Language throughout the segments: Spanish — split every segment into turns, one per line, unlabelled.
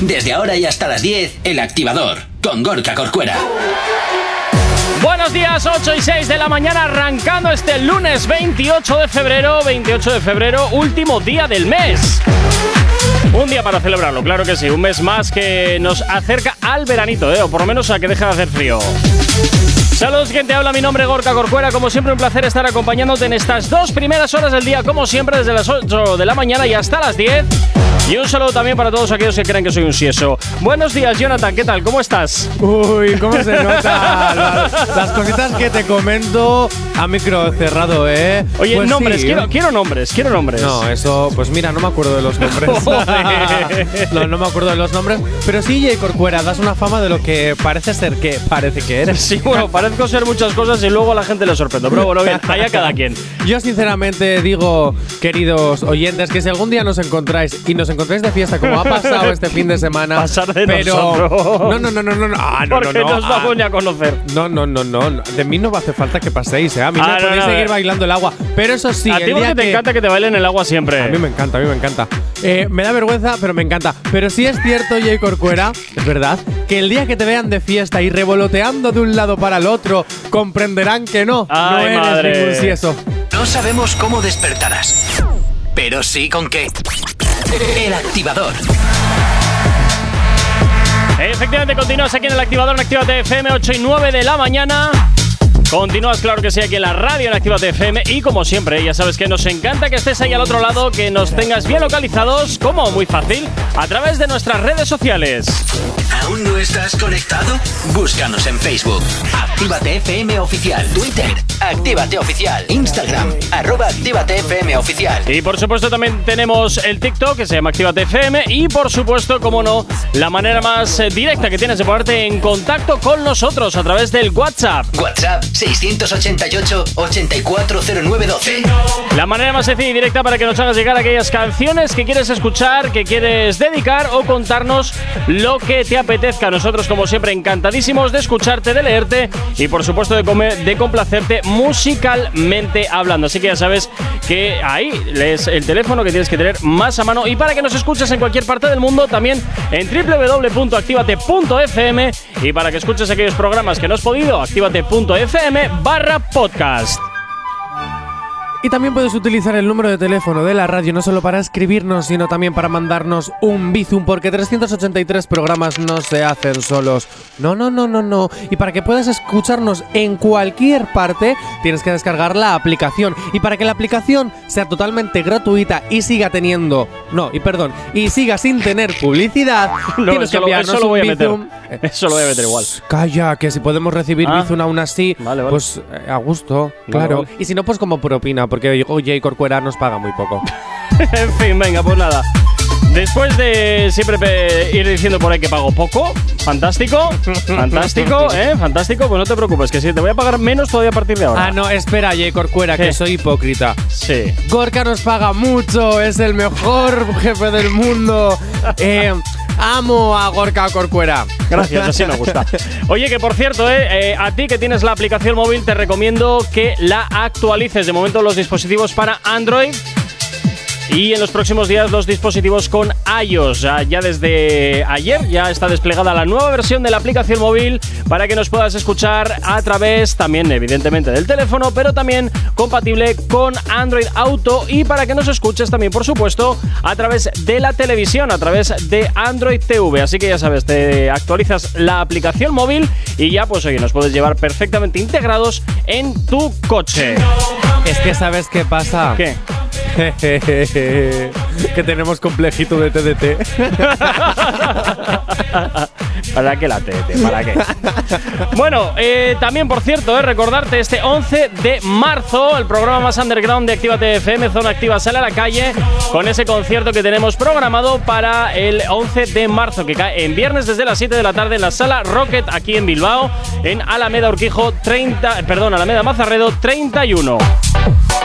Desde ahora y hasta las 10, El Activador, con Gorka Corcuera.
Buenos días, 8 y 6 de la mañana, arrancando este lunes 28 de febrero, 28 de febrero, último día del mes. Un día para celebrarlo, claro que sí, un mes más que nos acerca al veranito, ¿eh? o por lo menos a que deja de hacer frío. Saludos, gente. Habla mi nombre, Gorka Corcuera. Como siempre, un placer estar acompañándote en estas dos primeras horas del día, como siempre, desde las 8 de la mañana y hasta las 10. Y un saludo también para todos aquellos que creen que soy un sieso. Buenos días, Jonathan. ¿Qué tal? ¿Cómo estás?
Uy, cómo se nota las, las cositas que te comento a micro cerrado, ¿eh?
Oye,
Pues
nombres,
sí.
quiero, quiero nombres, quiero nombres.
No, eso, pues mira, no me acuerdo de los nombres.
Joder.
no, no me acuerdo de los nombres. Pero sí, J. Corcuera, das una fama de lo que parece ser que parece que eres.
Sí, bueno, parezco ser muchas cosas y luego a la gente le sorprendo. Pero bueno, bien, allá cada quien.
Yo sinceramente digo, queridos oyentes, que si algún día nos encontráis y nos encontráis de fiesta como ha pasado este fin de semana,
Pasar de
pero
nosotros.
no, no, no, no, no, no, ah, no,
Porque
no, no,
nos
ah,
vamos ni a conocer.
no, no, no, no, no. de mí no va a hacer falta que paséis, ¿eh? a mí
Ah,
me
no,
podéis
no,
seguir
eh.
bailando el agua, pero eso sí,
a
el
ti porque
día
te
que-
encanta que te bailen en el agua siempre.
a mí me encanta, a mí me encanta. Eh, me da vergüenza, pero me encanta. Pero sí es cierto, Jay Corcuera, es verdad, que el día que te vean de fiesta y revoloteando de un lado para el otro, comprenderán que no, no
Ay,
eres
madre.
ningún sieso.
No sabemos cómo despertarás, pero sí con qué. El Activador.
Eh, Efectivamente, continúas aquí en el activador en Actívate FM 8 y 9 de la mañana. Continúas, claro que sí, aquí en la radio en Actívate FM. Y como siempre, ya sabes que nos encanta que estés ahí al otro lado, que nos tengas bien localizados, como muy fácil, a través de nuestras redes sociales.
¿Aún no estás conectado? Búscanos en Facebook. Actívate FM Oficial. Twitter. Actívate Oficial. Instagram. Arroba Actívate FM Oficial.
Y por supuesto también tenemos el TikTok que se llama Actívate FM y por supuesto, como no, la manera más eh, directa que tienes de ponerte en contacto con nosotros a través del WhatsApp.
WhatsApp 688-840912.
La manera más sencilla y directa para que nos hagas llegar aquellas canciones que quieres escuchar, que quieres dedicar o contarnos lo que te apetezca. Nosotros, como siempre, encantadísimos de escucharte, de leerte y, por supuesto, de, come- de complacerte musicalmente hablando. Así que ya sabes que ahí es el teléfono que tienes que tener más a mano. Y para que nos escuches en cualquier parte del mundo, también en www.activate.fm y para que escuches aquellos programas que no has podido, activate.fm barra podcast.
Y también puedes utilizar el número de teléfono de la radio no solo para escribirnos, sino también para mandarnos un bizum, porque 383 programas no se hacen solos. No, no, no, no, no. Y para que puedas escucharnos en cualquier parte, tienes que descargar la aplicación. Y para que la aplicación sea totalmente gratuita y siga teniendo. No, y perdón, y siga sin tener publicidad,
No,
tienes
eso
que
lo-
enviarnos
eso lo
un
voy a meter.
bizum. Eh,
Eso lo voy a meter igual.
Calla, que si podemos recibir
Ah.
Bizum aún así,
Vale, vale.
pues eh, a gusto,
Vale,
claro.
vale.
Y si no, pues como propina, porque oye, Corcuera nos paga muy poco.
en fin, venga, pues nada. Después de siempre pe- ir diciendo por ahí que pago poco, fantástico, fantástico, ¿eh? Fantástico, pues no te preocupes, que sí, te voy a pagar menos todavía a partir de ahora.
Ah, no, espera, Jay Corcuera,
¿Qué?
que soy hipócrita.
Sí.
Gorka nos paga mucho, es el mejor jefe del mundo. Eh, amo a Gorka Corcuera.
Gracias, así me gusta. Oye, que por cierto, eh, eh, a ti que tienes la aplicación móvil, te recomiendo que la actualices. De momento, los dispositivos para Android. Y en los próximos días los dispositivos con iOS. Ya, ya desde ayer ya está desplegada la nueva versión de la aplicación móvil para que nos puedas escuchar a través también evidentemente del teléfono, pero también compatible con Android Auto y para que nos escuches también por supuesto a través de la televisión, a través de Android TV. Así que ya sabes, te actualizas la aplicación móvil y ya pues oye, nos puedes llevar perfectamente integrados en tu coche.
Es que sabes qué pasa.
¿Qué?
que tenemos complejito de TDT.
¿Para qué la tete? ¿Para qué? bueno, eh, también por cierto, eh, recordarte este 11 de marzo, el programa más underground de Actívate FM, Zona Activa, sale a la calle con ese concierto que tenemos programado para el 11 de marzo, que cae en viernes desde las 7 de la tarde en la sala Rocket aquí en Bilbao, en Alameda Urquijo 30, eh, perdón, Alameda Mazarredo 31.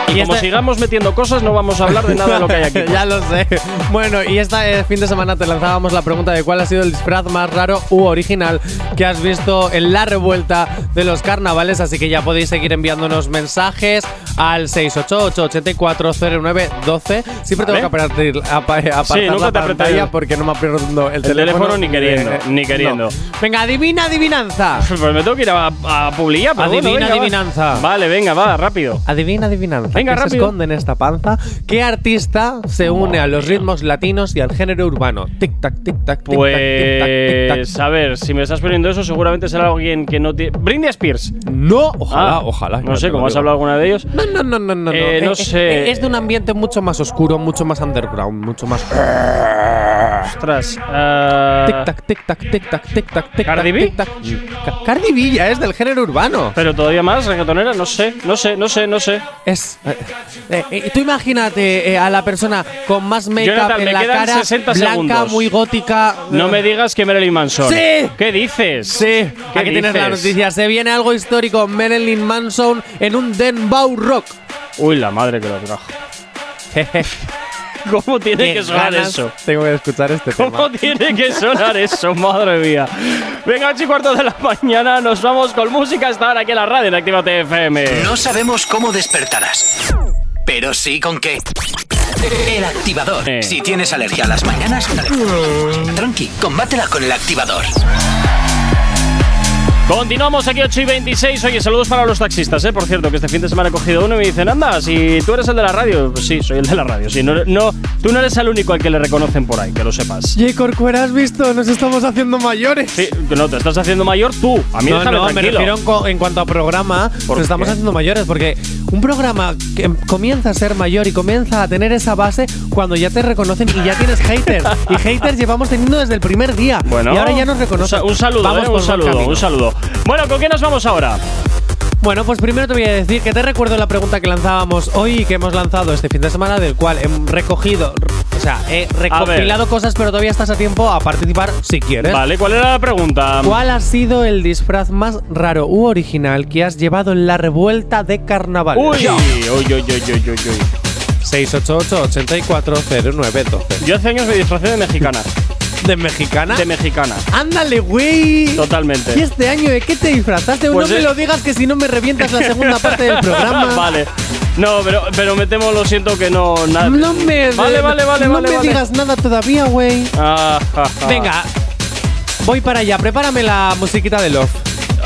Y,
Y
como
este-
sigamos metiendo cosas, no vamos a hablar de nada de lo que hay aquí. pues.
ya lo sé. Bueno, y este eh, fin de semana te lanzábamos la pregunta de cuál ha sido el disfraz más raro u original que has visto en la revuelta de los carnavales. Así que ya podéis seguir enviándonos mensajes al 688-8409-12. Siempre tengo
Vale.
que apartir- apa- apartar
nunca
la
te apretaré.
pantalla porque no me aprendo el,
teléfono ni
de-
queriendo, ni
no.
queriendo.
Venga, adivina adivinanza.
Pues me tengo que ir a, a publicar, pero bueno,
Adivina
venga, va.
adivinanza.
Vale, venga, va, rápido.
Adivina adivinanza.
Venga,
¿Qué se
rápido.
esconde en esta panza? ¿Qué artista se une a los ritmos latinos y al género urbano? Tic tac tic tac tic tac tic tac tic tac.
Pues, a ver, si me estás poniendo eso, seguramente será alguien que no tiene. Britney Spears.
No, ojalá,
Ah,
ojalá.
No
ya
sé,
te lo
como has
digo.
hablado alguna de ellos.
No, no, no, no, no.
Eh, no
Eh, eh,
sé.
eh, Es de un ambiente mucho más oscuro, mucho más underground, mucho más.
Ah. Ostras. ah,
Tic tac tic tac tic tac tic tac tic
¿Cardi
tac,
B?
tic, tac. Ca- Cardi B ya es del género urbano.
Pero todavía más, reggaetonera, no sé, no sé, no sé, no sé.
Es. eh, eh, eh, tú imagínate eh, a la persona con más make-up
Jonathan, me
en la
quedan
cara,
60
blanca,
segundos.
muy gótica.
No me digas que Marilyn Manson.
¡Sí!
¿Qué dices?
Sí,
¿Qué
aquí tienes la
dices?
noticia. Se viene algo histórico. Marilyn Manson en un Denbau Rock.
Uy, la madre que lo trajo.
Jeje.
¿Cómo tiene
Qué
que sonar
ganas
eso?
Tengo que escuchar este
¿Cómo
tema.
tiene que sonar eso? Madre mía. Venga, 8 y cuarto de la mañana, nos vamos con música hasta ahora aquí en la radio en Actívate FM.
No sabemos cómo despertarás, pero sí con qué. El activador.
Eh.
Si tienes alergia a las mañanas, dale. tranqui, combátela con el activador.
Continuamos aquí 8 y 26. Oye, saludos para los taxistas, ¿eh? Por cierto, que este fin de semana he cogido uno y me dicen, anda, si tú eres el de la radio. Pues sí, soy el de la radio. Sí, no, no, tú no eres el único al que le reconocen por ahí, que lo sepas.
J. Corcuera, ¿has visto? Nos estamos haciendo mayores.
Sí, no, te estás haciendo mayor tú. A mí
no,
déjame
no, me
tranquilo.
refiero en, co- en cuanto a programa,
¿Por
nos estamos
qué?
haciendo mayores porque un programa que em- comienza a ser mayor y comienza a tener esa base cuando ya te reconocen y ya tienes haters. y haters llevamos teniendo desde el primer día.
Bueno,
y ahora ya nos reconocen.
un sa- Un saludo,
Vamos
¿eh?
por
un
buen
saludo,
camino.
un saludo. Bueno, ¿con qué nos vamos ahora?
Bueno, pues primero te voy a decir que te recuerdo la pregunta que lanzábamos hoy y que hemos lanzado este fin de semana, del cual he recogido, o sea, he recopilado cosas, pero todavía estás a tiempo a participar si quieres.
Vale, ¿cuál era la pregunta?
¿Eh? ¿Cuál ha sido el disfraz más raro u original que has llevado en la revuelta de carnaval?
Uy, uy, uy, uy, uy, uy, uy.
688-8409-12.
Yo hace años me disfracé de mexicana.
¿De mexicana?
De mexicana.
¡Ándale, güey!
Totalmente.
¿Y este año de qué te disfrazaste?
Pues
no me
es-
lo digas que si no me revientas la segunda parte del programa.
vale. No, pero, pero me temo, lo siento que no. Nada.
No me,
Vale, vale, vale,
no
vale,
me
vale.
digas nada todavía, güey.
Ah, ja, ja.
Venga, voy para allá. Prepárame la musiquita de Love.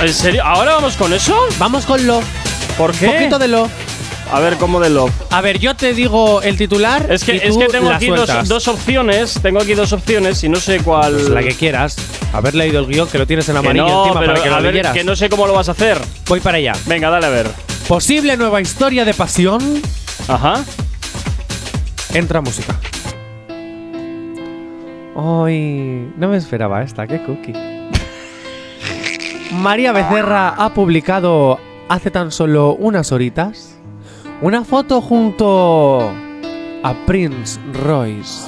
¿En serio? ¿Ahora vamos con eso?
Vamos con Love.
¿Por qué?
Un poquito de Love.
A ver, ¿cómo de love?
A ver, yo te digo el titular.
Es que,
y
es
tú
que tengo
la
aquí dos,
sueltas.
dos opciones. Tengo aquí dos opciones y no sé cuál.
Pues La que quieras. Haber leído el guión que lo tienes en
Que
amarillo
no,
encima
pero
para que
a
lo
ver,
leyeras.
que no sé cómo lo vas a hacer.
Voy para allá.
Venga, dale a ver.
Posible nueva historia de pasión.
Ajá.
Entra música. Ay, no me esperaba esta, qué cookie. María Becerra ha publicado hace tan solo unas horitas una foto junto a Prince Royce,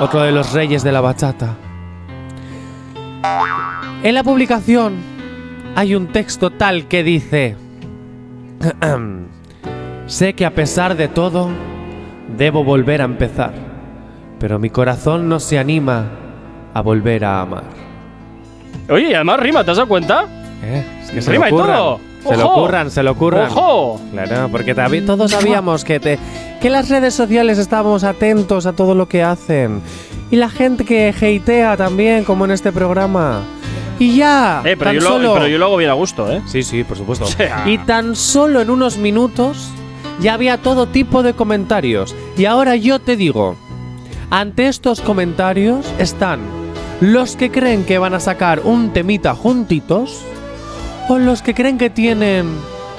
otro de los reyes de la bachata. En la publicación hay un texto tal que dice, sé que a pesar de todo, Debo volver a empezar, pero mi corazón no se anima a volver a amar.
Oye, y además rima, ¿te has dado cuenta?
¿Eh? Es que
Rima y
ocurran,
todo.
Se lo
Ojo.
ocurran, se lo ocurran.
¡Ojo!
Claro, porque tabi- todos sabíamos que, te, que las redes sociales estábamos atentos a todo lo que hacen. Y la gente que hatea también, como en este programa. Y ya,
Eh, pero,
tan
yo lo,
solo...
pero yo lo hago bien a gusto, ¿eh?
Sí, sí, por supuesto.
sea.
Y tan solo en unos minutos ya había todo tipo de comentarios. Y ahora yo te digo, ante estos comentarios están los que creen que van a sacar un temita juntitos o los que creen que tienen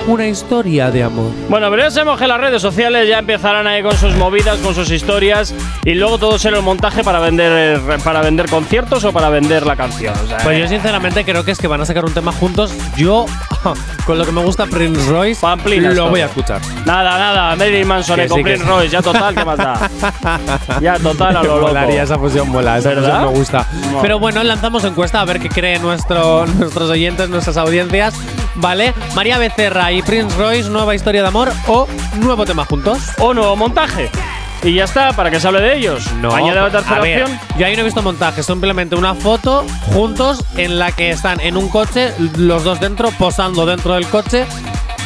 una historia de amor.
Bueno, pero ya sabemos que las redes sociales ya empezarán ahí con sus movidas, con sus historias y luego todo será el montaje para vender eh, para vender conciertos o para vender la canción. o sea, eh,
Pues yo sinceramente creo que es que van a sacar un tema juntos. Yo, con lo que me gusta Prince Royce,
Pamplinas
lo
todo.
voy a escuchar.
Nada, nada, Marilyn Manson
Que
eh, con
sí, que
Prince
sí.
Royce, ya total, ¿qué más da? Ya total a lo loco.
Molaría, esa fusión mola, esa
¿Verdad?
fusión me gusta.
Mola.
Pero bueno, lanzamos encuesta a ver qué creen nuestro- nuestros oyentes, nuestras audiencias. ¿Vale? María Becerra y Prince Royce, nueva historia de amor o nuevo tema juntos.
O nuevo montaje. Y ya está, para que se hable de ellos. Añade la tercera
a ver,
opción.
yo ahí no he visto montajes, simplemente una foto juntos en la que están en un coche, los dos dentro, posando dentro del coche.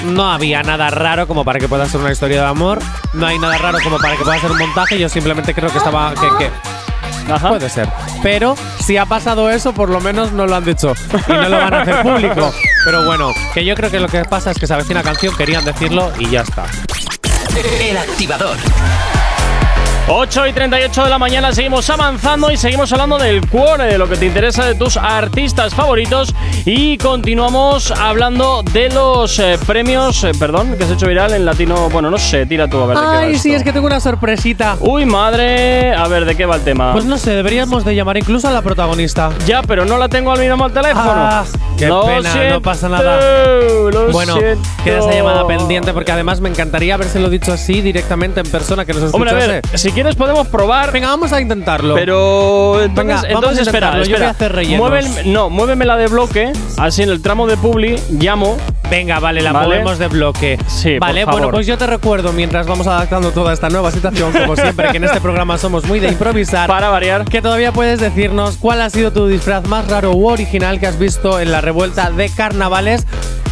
No había nada raro como para que pueda ser una historia de amor. No hay nada raro como para que pueda ser un montaje. Yo simplemente creo que estaba. que- que
Ajá.
Puede ser. Pero si ha pasado eso, por lo menos no lo han dicho. Y no lo van a hacer público. Pero bueno, que yo creo que lo que pasa es que se avecina canción, querían decirlo y ya está. Pues
El activador.
8 y 38 de la mañana seguimos avanzando y seguimos hablando del cuore, de lo que te interesa de tus artistas favoritos y continuamos hablando de los eh, premios, eh, perdón, que se ha hecho viral en latino, bueno, no sé, tira tú a ver de qué va
Ay, sí,
esto.
es que tengo una sorpresita.
Uy, madre, a ver, ¿de qué va el tema?
Pues no sé, deberíamos de llamar incluso a la protagonista.
ya, pero no la tengo al mismo al teléfono.
Ah, qué
Lo
pena,
siento,
no pasa nada.
lo
Bueno,
siento.
queda esa llamada pendiente porque además me encantaría habérselo dicho así directamente en persona que nos escuchase.
Hombre, a ver, si quieres podemos probar.
Venga, vamos a intentarlo.
Pero entonces,
Venga, vamos
entonces
a
espera,
intentarlo, yo
espera.
voy a hacer rellenos.
Muéveme- no, muéveme la de bloque, así en el tramo de Publi, llamo.
Venga, vale, la
Vale.
movemos de bloque.
Sí, por
Vale,
favor.
bueno, pues yo te recuerdo mientras vamos adaptando toda esta nueva situación, como siempre, que en este programa somos muy de improvisar.
Para variar.
que todavía puedes decirnos cuál ha sido tu disfraz más raro u original que has visto en la revuelta de carnavales.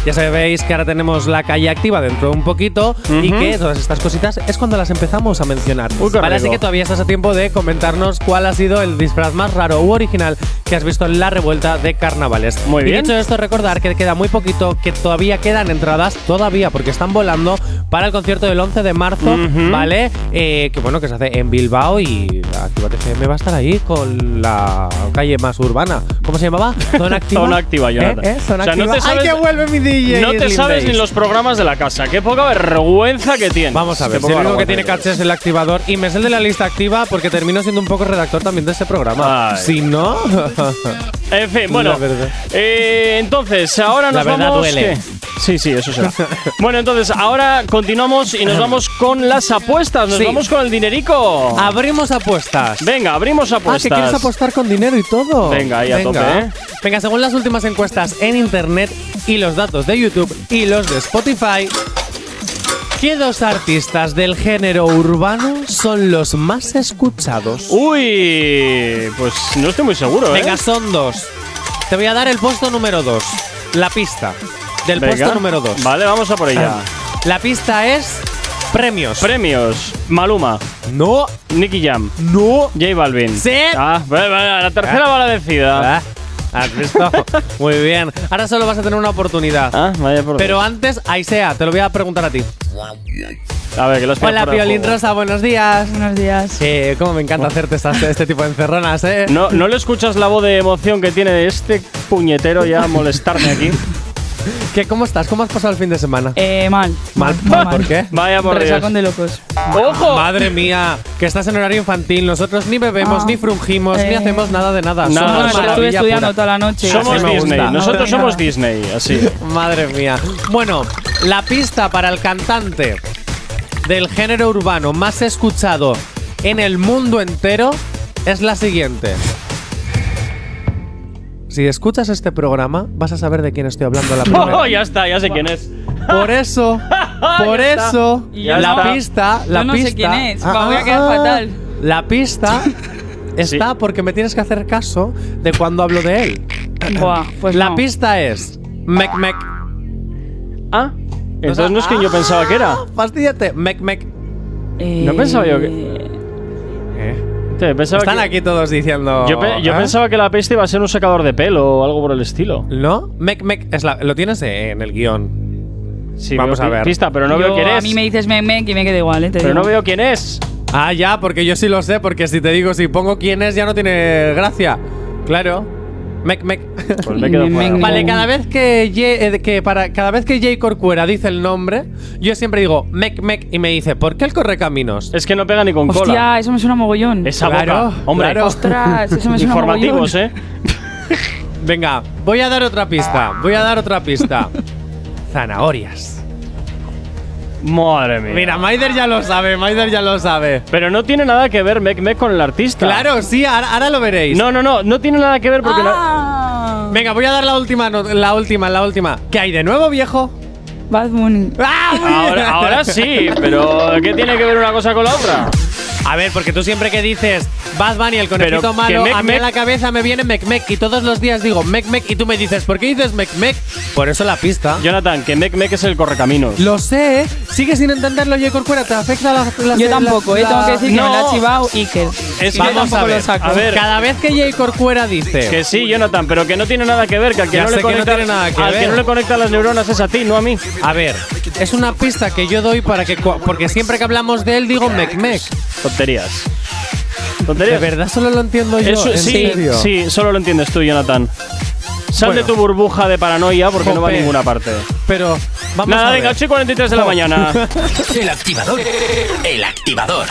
Ya sabéis que ahora tenemos la calle activa dentro de un poquito y que todas estas cositas es cuando las empezamos a mencionar.
Uy, qué
vale, así
rico.
que todavía estás a tiempo de comentarnos cuál ha sido el disfraz más raro u original que has visto en la revuelta de carnavales.
Muy
Y
bien.
dicho esto, recordar que queda muy poquito, que todavía quedan entradas, todavía, porque están volando para el concierto del 11 de marzo, ¿vale? Eh, que bueno, que se hace en Bilbao y Activate FM va a estar ahí con la calle más urbana. ¿Cómo se llamaba? Zona Activa.
Zona Activa,
¿Eh?
Jonathan.
¿Eh?
O
Zona
sea, no
Activa.
te sabes-
¡Ay, que vuelve mi DJ!
no te
Slim
sabes
Days.
ni los programas de la casa. Qué poca vergüenza que tienes.
Vamos a ver,
Qué
si
poca
el único que tiene
vergüenza
caché es el activador y me sale de la lista activa porque termino siendo un poco redactor también de este programa.
Ay.
Si no…
tienes. En fin, bueno.
La verdad.
eh, entonces, ahora nos
La verdad
vamos.
duele.
¿qué? Sí, sí, eso será. bueno, entonces, ahora continuamos y nos vamos con las apuestas. Nos
Sí.
vamos con el dinerico.
Abrimos apuestas.
Venga, abrimos apuestas.
Ah, que quieres apostar con dinero y todo.
Venga, ahí a tope, ¿eh?
Venga, según las últimas encuestas en internet y los datos de YouTube y los de Spotify, ¿qué dos artistas del género urbano son los más escuchados?
Uy, pues no estoy muy seguro, ¿eh?
Venga, son dos. Te voy a dar el puesto número dos. La pista. Del
Venga.
puesto número dos. Ah.
Vale, vamos a por ella.
La pista es premios.
Premios. Maluma,
no,
Nicky Jam,
no.
J Balvin.
Sí.
Ah, vale, vale, la tercera bala decida.
Ah, ¿Has visto? Muy bien. Ahora solo vas a tener una oportunidad.
Ah, vaya por
Pero antes, Aisea, te lo voy a preguntar a ti.
A ver, que los
Hola, Violín Rosa, buenos días.
Buenos días.
Eh, cómo me encanta hacerte estas- este tipo de encerronas, ¿eh?
No, ¿No le escuchas la voz de emoción que tiene este puñetero ya a molestarme aquí?
¿Qué, ¿Cómo estás? ¿Cómo has pasado el fin de semana?
Eh, mal.
Mal, ¿por qué?
Vaya por Dios.
Resacón de locos.
¡Ojo!
Madre mía, que estás en horario infantil. Nosotros ni bebemos,
Ah.
ni frungimos, ni
Eh.
hacemos nada de nada.
Nada,
Somos
Bueno,
es
pero estuve
maravilla
estudiando
pura.
toda la noche.
somos
Así me
Disney,
gusta.
nosotros
No,
somos
venga.
Disney, así.
Madre mía. Bueno, la pista para el cantante del género urbano más escuchado en el mundo entero es la siguiente. Si escuchas este programa, vas a saber de quién estoy hablando a la
¡Oh,
primera.
ya está, ya sé quién es!
Por eso, por
Ya está.
eso,
Ya
la
está.
pista, la
Yo no sé
pista. Ah,
quién es, pa, voy a quedar fatal.
La pista está porque me tienes que hacer caso de cuando hablo de él.
Buah, pues
la
no.
pista es Mec Mec.
Ah, entonces no es quien yo pensaba que era.
Fastidiate, ah, Mec Mec.
Eh,
No pensaba yo Te- pensaba
¿Eh? Están
que-
aquí todos diciendo.
Yo, pe- yo
¿eh?
pensaba que la peste iba a ser un secador de pelo o algo por el estilo.
¿No? Mec Mec, es la- lo tienes en el guión.
Sí,
Vamos
veo
a
pi-
ver.
Pista, pero no
yo-
veo quién
A mí
es.
me dices meme que me queda igual, eh, te
Pero
digo.
no veo quién es.
Ah, ya, porque yo sí lo sé, porque si te digo, si pongo quién es, ya no tiene gracia. Claro. Mec Mec.
Pues me quedo
Me-
fuera.
me-
Vale, cada vez que, Ye- eh, que para cada vez que Jay Corcuera dice el nombre, yo siempre digo Mec Mec y me dice, ¿por qué él corre caminos?
Es que no pega ni con
Hostia,
cola.
eso me suena mogollón.
Esa
Claro,
boca. Hombre,
claro.
Ostras, eso me suena
informativos,
mogollón.
¿eh?
Venga, voy a dar otra pista. Voy a dar otra pista. Zanahorias.
¿eh? Madre mía.
Mira, Maider ya lo sabe, Maider ya lo sabe.
Pero no tiene nada que ver Mec Mec con el artista.
Claro, sí, ahora, ahora lo veréis.
No, no, no, no tiene nada que ver porque
Ah,
Venga, voy a dar la última, no- la última, la última. ¿Qué hay de nuevo, viejo?
Bad Bunny.
¡Ah,
no.
muy bien!
Ahora, ahora sí, pero ¿qué tiene que ver una cosa con la otra?
A ver, porque tú siempre que dices Bad Bunny, el conejito
Pero que
malo,
Mec
a mí
Mec-
en la cabeza me viene Mec Mec y todos los días digo Mec Mec y tú me dices, ¿por qué dices Mec Mec? Por eso la pista.
Jonathan, que Mec Mec es el correcaminos.
Lo sé, ¿eh? Sigues sin entenderlo, oye, Corcuera, te afecta la... la-
Yo
la-
tampoco, eh,
la-
tengo que decir que me lo
No.
ha chivado Iker.
Es-
Yo
vamos
tampoco
a ver,
lo saco.
a ver.
Cada vez que Jay Corcuera dice...
Que sí, Jonathan, pero que no tiene nada que ver, que al que,
Ya
no le,
sé que no
conecta,
tiene nada que
al que
ver.
no le conectan las neuronas es a ti, no a mí.
A ver, es una pista que yo doy para que... cua- Porque siempre que hablamos de él digo Mec Mec.
Tonterías.
De
Tonterías.
verdad solo lo entiendo yo,
Eso,
en
sí,
serio.
sí, solo lo entiendes tú, Jonathan. Sal
Bueno.
de tu burbuja de paranoia porque no va a
Jope.
ninguna parte.
Pero vamos
Nada,
a
venga,
ver. Oh.
8 y 43 de la mañana.
El activador. El activador.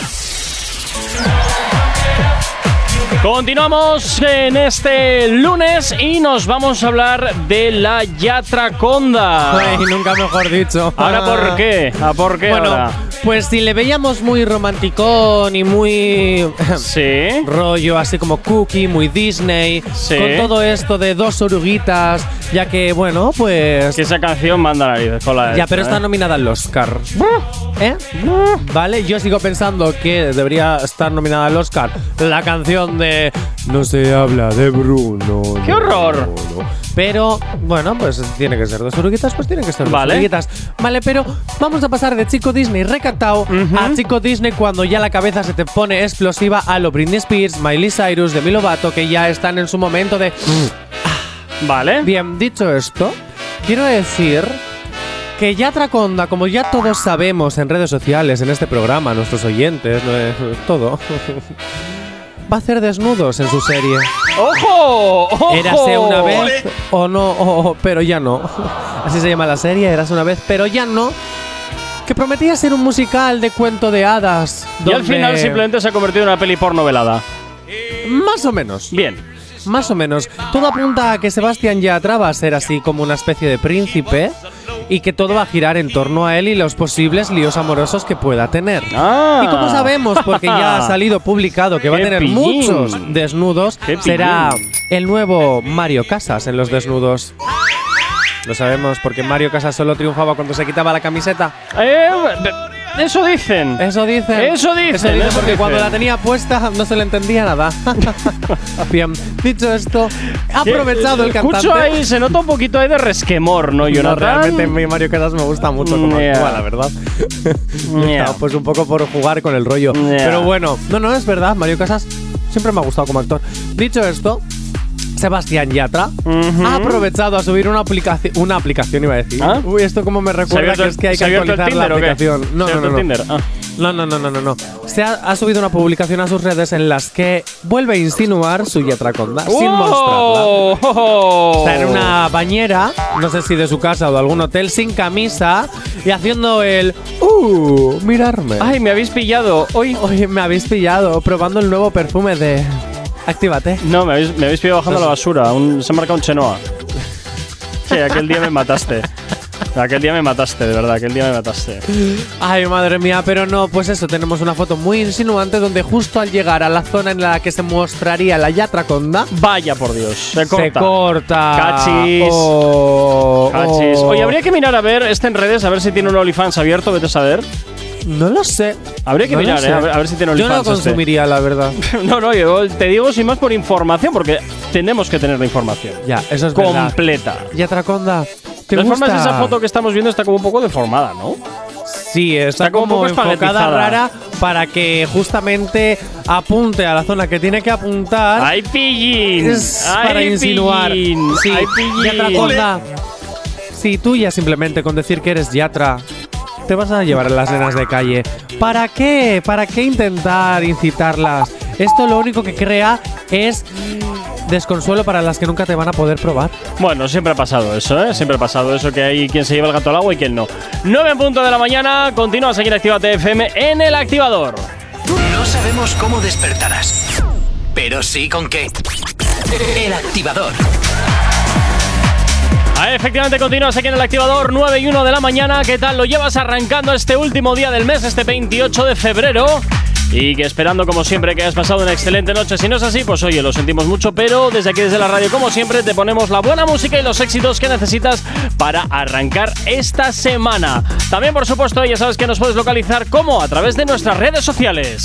Continuamos en este lunes y nos vamos a hablar de la
Ay,
Yatraconda.
nunca mejor dicho.
¿Ahora por qué? ¿A por qué
Bueno,
ahora?
pues si le veíamos muy romanticón y muy
Sí.
rollo así como cookie, muy Disney,
Sí.
con todo esto de dos oruguitas, ya que bueno, pues
Que esa canción manda narices con la
ya, pero
esta,
está
¿eh?
nominada al Oscar. ¿Eh? Vale, yo sigo pensando que debería estar nominada al Oscar la canción de No se habla de Bruno.
¡Qué
no,
horror!
no, no. Pero, bueno, pues tiene que ser dos oruguitas, pues tiene que ser
Vale.
dos oruguitas. Vale, pero vamos a pasar de Chico Disney recatado a Chico Disney cuando ya la cabeza se te pone explosiva a lo Britney Spears, Miley Cyrus, Demi Lovato, que ya están en su momento de...
¿eh? Vale.
Bien, dicho esto, quiero decir que Yatra Conda, como ya todos sabemos en redes sociales, en este programa, nuestros oyentes, no, eh, todo, va a hacer desnudos en su serie.
¡Ojo! ¡Ojo!
Érase una vez o no, o- o- pero ya no. Así se llama la serie, Érase una vez, pero ya no. Que prometía ser un musical de cuento de hadas.
Y al
donde-
final simplemente se ha convertido en una peli porno velada.
Más o menos.
Bien.
Más o menos. Todo apunta a que Sebastián Yatra va a ser así como una especie de príncipe y que todo va a girar en torno a él y los posibles líos amorosos que pueda tener.
Ah.
Y como sabemos, porque ya ha salido publicado que va a
Qué
tener
pillín.
muchos desnudos,
Qué pillín.
será el nuevo Mario Casas en los desnudos. Lo sabemos porque Mario Casas solo triunfaba cuando se quitaba la camiseta.
Eh, eso dicen.
Eso dicen.
Eso dicen,
Eso dicen
eso
porque
dicen.
cuando la tenía puesta no se le entendía nada. Bien, dicho esto, ha aprovechado el cantante.
Escucho ahí, se nota un poquito ahí de resquemor, ¿no,
No,
Jonathan?
realmente mi Mario Casas me gusta mucho como
Yeah.
actúa, la verdad.
Yeah.
Está, pues un poco por jugar con el rollo.
Yeah.
Pero bueno, no, no, es verdad, Mario Casas siempre me ha gustado como actor. Dicho esto, Sebastián Yatra
Ujú.
ha aprovechado a subir una aplicación, una aplicación iba a decir.
¿Ah?
Uy, esto como me
¿Se ha
recuerda
abierto
que es que hay
se
que
ha abierto el
actualizar la
Tinder o qué?
aplicación. No,
¿Se ha
no,
abierto
no,
el
no.
Tinder? Ah.
No, no, no, no, no, no. Se ha, ha subido una publicación a sus redes en las que vuelve a insinuar su yatraconda sin mostrarla.
¡Oh! ¡Oh!
Está en una bañera, no sé si de su casa o de algún hotel, sin camisa y haciendo el ¡Uh! Mirarme.
Ay, me habéis pillado. Hoy.
Oye, me habéis pillado probando el nuevo perfume de Actívate.
No, me habéis, me habéis pillado bajando la basura. Un- se ha marcado un chenoa. Sí, aquel día me mataste. Aquel día me mataste, de verdad, aquel día me mataste.
Ay, madre mía, pero no, pues eso, tenemos una foto muy insinuante donde justo al llegar a la zona en la que se mostraría la yatraconda,
Vaya por Dios. Se corta.
se corta.
Cachis.
Oh,
Cachis.
oh.
Oye, habría que mirar a ver este en redes, a ver si tiene un OnlyFans abierto, vete a saber.
No lo sé.
Habría que
No lo
mirar,
sé.
eh, a ver- a ver si tiene
Yo no lo
OnlyFans este.
consumiría, la verdad.
No, no, yo te digo sin más por información, porque tenemos que tener la información.
Ya, eso es verdad.
completa.
Yatraconda. ¿Te
De todas formas,
gusta?
esa foto que estamos viendo está como un poco deformada, ¿no?
Sí, está,
Está como
como,
un poco
enfocada
espaguetizada.
rara para que justamente apunte a la zona que tiene que apuntar.
¡Ay, pillín!
Ah. Es
¡Ay,
para insinuar.
pillín!
Sí,
¡Ay, pillín!
Yatra Conda. Si tú ya simplemente con decir que eres Yatra, te vas a llevar a las nenas de calle. ¿Para qué? ¿Para qué intentar incitarlas? Esto lo único que crea es desconsuelo para las que nunca te van a poder probar.
Bueno, siempre ha pasado eso, ¿eh? Siempre ha pasado eso, que hay quien se lleva el gato al agua y quien no. 9 en punto de la mañana, continúa a seguir Actívate FM en el activador.
No sabemos cómo despertarás, pero sí con qué. El activador.
Ah, efectivamente, continúas aquí en el activador 9 y 1 de la mañana. ¿Qué tal lo llevas arrancando este último día del mes, este 28 de febrero? Y que esperando, como siempre, que hayas pasado una excelente noche. Si no es así, pues oye, lo sentimos mucho, pero desde aquí, desde la radio, como siempre, te ponemos la buena música y los éxitos que necesitas para arrancar esta semana. También, por supuesto, ya sabes que nos puedes localizar como a través de nuestras redes sociales.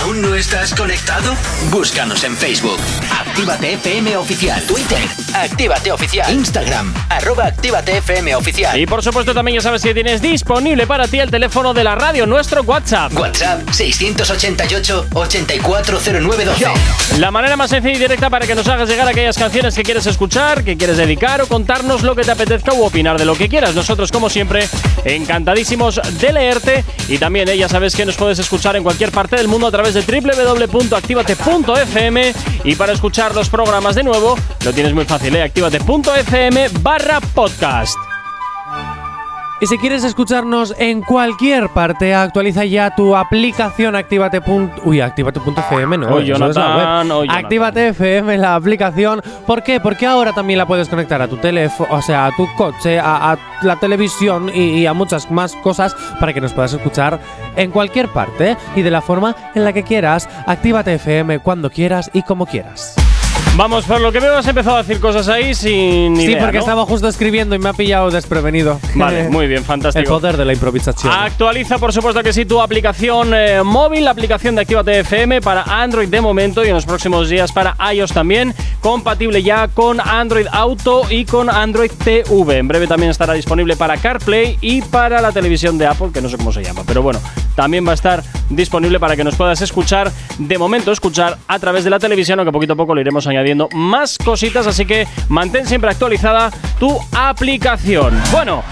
¿Aún no estás conectado? Búscanos en Facebook. Actívate FM Oficial. Twitter. Actívate Oficial. Instagram. Arroba Actívate FM Oficial.
Y por supuesto, también ya sabes que tienes disponible para ti el teléfono de la radio, nuestro WhatsApp.
WhatsApp 688-840912.
La manera más sencilla y directa para que nos hagas llegar aquellas canciones que quieres escuchar, que quieres dedicar o contarnos lo que te apetezca u opinar de lo que quieras. Nosotros, como siempre, encantadísimos de leerte y también eh, ya sabes que nos puedes escuchar en cualquier parte del mundo a través de www.activate.fm y para escuchar los programas de nuevo lo tienes muy fácil, eh, activate.fm barra podcast.
Y si quieres escucharnos en cualquier parte, actualiza ya tu aplicación Actívate. pun- Uy, activate.fm, ¿no?
Oy,
eso es la
Jonathan,
web.
oy, Jonathan.
Actívate FM, la aplicación. ¿Por qué? Porque ahora también la puedes conectar a tu teléfono, o sea, a tu coche, a, a la televisión y, y a muchas más cosas para que nos puedas escuchar en cualquier parte y de la forma en la que quieras. Actívate FM cuando quieras y como quieras.
Vamos, por lo que veo has empezado a decir cosas ahí sin
sí,
idea,
porque
¿no?
estaba justo escribiendo y me ha pillado desprevenido.
Vale, muy bien,
El
fantástico.
poder de la improvisación.
Actualiza, por supuesto que sí, tu aplicación eh, móvil, la aplicación de Actívate FM para Android de momento y en los próximos días para iOS también, compatible ya con Android Auto y con Android TV. En breve también estará disponible para CarPlay y para la televisión de Apple, que no sé cómo se llama, pero bueno, también va a estar disponible para que nos puedas escuchar, de momento escuchar a través de la televisión, aunque poquito a poco le iremos añadiendo más cositas, así que mantén siempre actualizada tu aplicación. Bueno,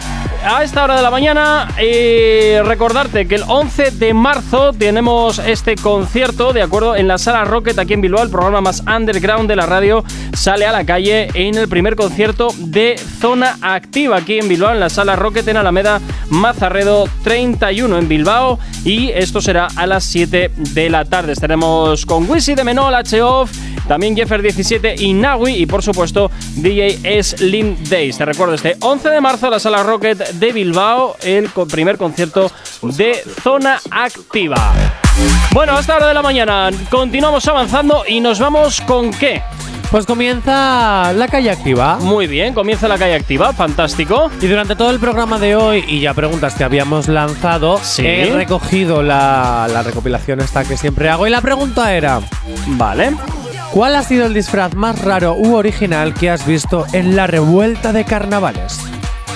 a esta hora de la mañana, eh, recordarte que el 11 de marzo tenemos este concierto, de acuerdo, en la Sala Rocket aquí en Bilbao, el programa más underground de la radio sale a la calle en el primer concierto de Zona Activa aquí en Bilbao, en la Sala Rocket en Alameda Mazarredo 31 en Bilbao y esto será a las 7 de la tarde. Estaremos con Wisi de Menol, H-Off, también Jeffer 17 y Nawi y por supuesto DJ Slim Days. Te recuerdo este 11 de marzo la Sala Rocket de Bilbao, el co- primer concierto de Zona Activa. Bueno, hasta ahora de la mañana continuamos avanzando y nos vamos con qué.
Pues comienza la calle activa.
Muy bien, comienza la calle activa, fantástico.
Y durante todo el programa de hoy, y ya preguntas que habíamos lanzado,
Sí.
he recogido la, la recopilación esta que siempre hago. Y la pregunta era,
Vale.
¿cuál ha sido el disfraz más raro u original que has visto en la revuelta de carnavales?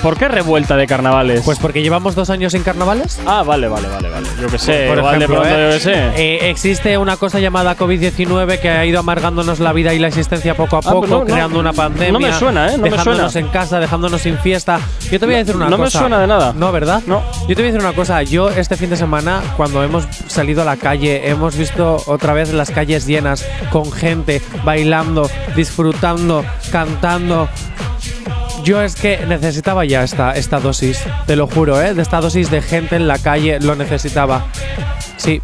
¿Por qué revuelta de carnavales?
Pues porque llevamos dos años en carnavales.
Ah, vale, vale, vale, vale. Yo qué sé,
Por
igual
ejemplo,
de pronto
¿eh?
yo qué sé.
Eh, existe una cosa llamada COVID-19 que ha ido amargándonos la vida y la existencia poco a
Ah,
poco,
pues no, no,
creando una
no
pandemia.
me suena, ¿eh? No me
dejándonos
suena.
en casa, dejándonos sin fiesta. Yo te voy a decir una
no me
cosa.
suena de nada.
No, ¿verdad?
No.
Yo te voy a decir una cosa. Yo este fin de semana, cuando hemos salido a la calle, hemos visto otra vez las calles llenas, con gente, bailando, disfrutando, cantando. Yo es que necesitaba ya esta, esta dosis, te lo juro, ¿eh? De esta dosis de gente en la calle, lo necesitaba. Sí.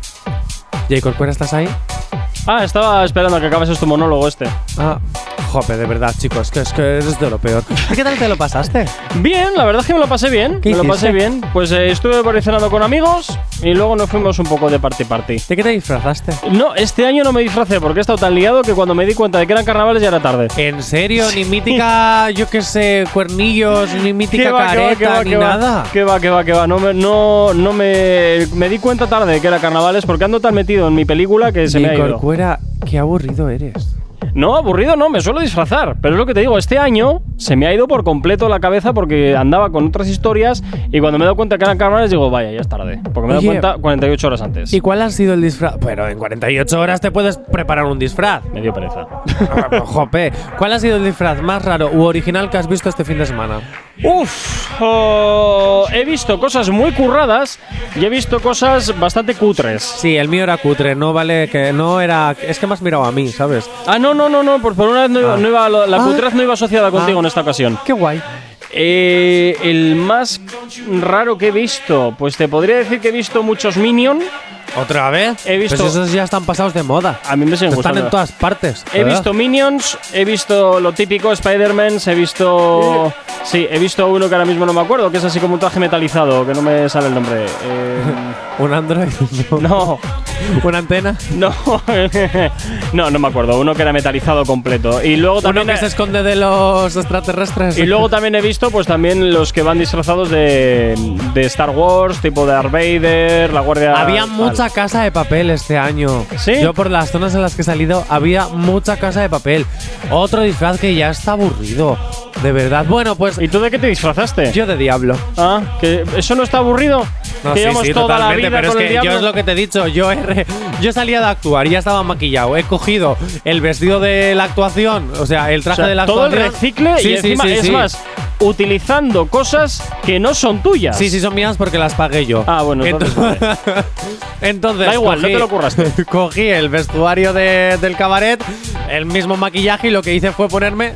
Jacob, ¿cuál estás ahí?
Ah, estaba esperando a que acabes tu monólogo este.
Ah, jope, de verdad, chicos, que es que eres de lo peor. ¿Qué tal te lo pasaste?
Bien, la verdad es que me lo pasé bien.
¿Qué
me lo pasé
hiciste?
bien. Pues eh, estuve por ahí cenando con amigos y luego nos fuimos un poco de party party.
¿De qué te disfrazaste?
No, este año no me disfracé porque he estado tan liado que cuando me di cuenta de que eran carnavales ya era tarde.
¿En serio? Ni mítica, yo qué sé, cuernillos, ni mítica
va,
careta,
qué va,
ni
qué va,
nada.
Qué va, qué va, qué va. No me, no, no me, me di cuenta tarde de que era carnavales porque ando tan metido en mi película que se me ha
Jacob
ido.
Cuera, qué aburrido eres.
No, aburrido no, me suelo disfrazar. Pero es lo que te digo, este año se me ha ido por completo la cabeza porque andaba con otras historias y cuando me he dado cuenta que eran carnavales digo, vaya, ya es tarde. Porque me he dado
Oye.
cuenta 48 horas antes.
¿Y cuál ha sido el disfraz? Pero en 48 horas te puedes preparar un disfraz. Ah,
Me dio pereza.
Jope, ¿cuál ha sido el disfraz más raro u original que has visto este fin de semana?
Uf, oh, he visto cosas muy curradas y he visto cosas bastante cutres.
Sí, el mío era cutre, no vale que no era. Es que me has mirado a mí, ¿sabes?
Ah, no, no, no, no, por, por una vez no iba,
Ah.
no iba- la
Ah.
cutrez no iba asociada contigo
Ah.
en esta ocasión.
Qué guay.
Eh, el más raro que he visto, pues te podría decir que he visto muchos Minion.
¿Otra vez?
He visto-
Pues esos ya están pasados de moda.
A mí me siguen
Están
gustando.
en todas partes.
He
¿verdad?
visto Minions, he visto lo típico, Spider-Man, he visto. Sí, he visto uno que ahora mismo no me acuerdo, que es así como un traje metalizado, que no me sale el nombre. Eh,
¿Un Android?
No,
¿Una antena?
no, no, no me acuerdo. Uno que era metalizado completo. Y luego
¿Uno
también.
que se esconde de los extraterrestres?
Y luego también he visto, pues también los que van disfrazados de, de Star Wars, tipo de Darth Vader, la Guardia.
Había
tal.
mucha casa de papel este año.
¿Sí?
Yo por las zonas en las que he salido había mucha casa de papel. Otro disfraz que ya está aburrido. De verdad. Bueno, pues
¿Y tú de qué te disfrazaste?
yo de diablo.
Ah, que eso no está aburrido.
No,
que
sí,
llevamos
sí,
toda la
totalmente,
vida
pero
con
es
el
que yo
diablo.
es lo que te he dicho, yo, he re- yo salía de actuar y ya estaba maquillado, he cogido el vestido de la actuación, o sea, el
O
traje
sea,
de la
todo
actuación.
el recicle
Sí,
y
sí,
encima,
sí,
es
sí.
más, utilizando cosas que no son tuyas.
Sí, sí, son mías porque las pagué yo.
Ah, bueno, entonces
Entonces, Entonces,
Da igual, no te lo curraste.
Cogí el vestuario de- del cabaret, el mismo maquillaje y lo que hice fue ponerme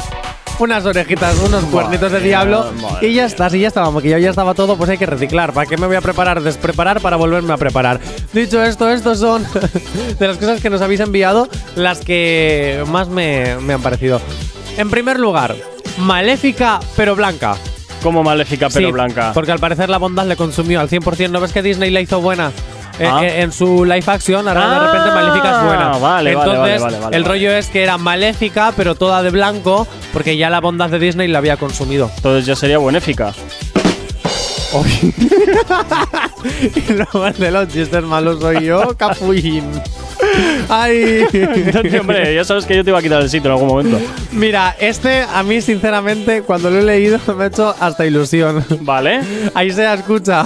unas orejitas, unos cuernitos de diablo
madre
y ya está, si ya estaba maquillado, ya estaba todo, pues hay que reciclar. ¿Para qué me voy a preparar? Despreparar para volverme a preparar. Dicho esto, estos son de las cosas que nos habéis enviado las que más me, me han parecido. En primer lugar, maléfica pero blanca.
Como maléfica pero
Sí,
blanca.
Porque al parecer la bondad le consumió al 100%. ¿No ves que Disney la hizo buena? Eh,
Ah.
eh, en su live action, ahora de
Ah,
repente Maléfica es buena.
vale, vale,
Entonces,
vale, vale, vale,
el
vale.
rollo es que era maléfica, pero toda de blanco, porque ya la bondad de Disney la había consumido.
Entonces ya sería benéfica.
y luego el de los chistes malos soy yo, Capullín. Ay.
Entonces, hombre, ya sabes que yo te iba a quitar el sitio en algún momento.
Mira, este a mí, sinceramente, cuando lo he leído, me ha hecho hasta ilusión.
Vale,
Ahí se escucha.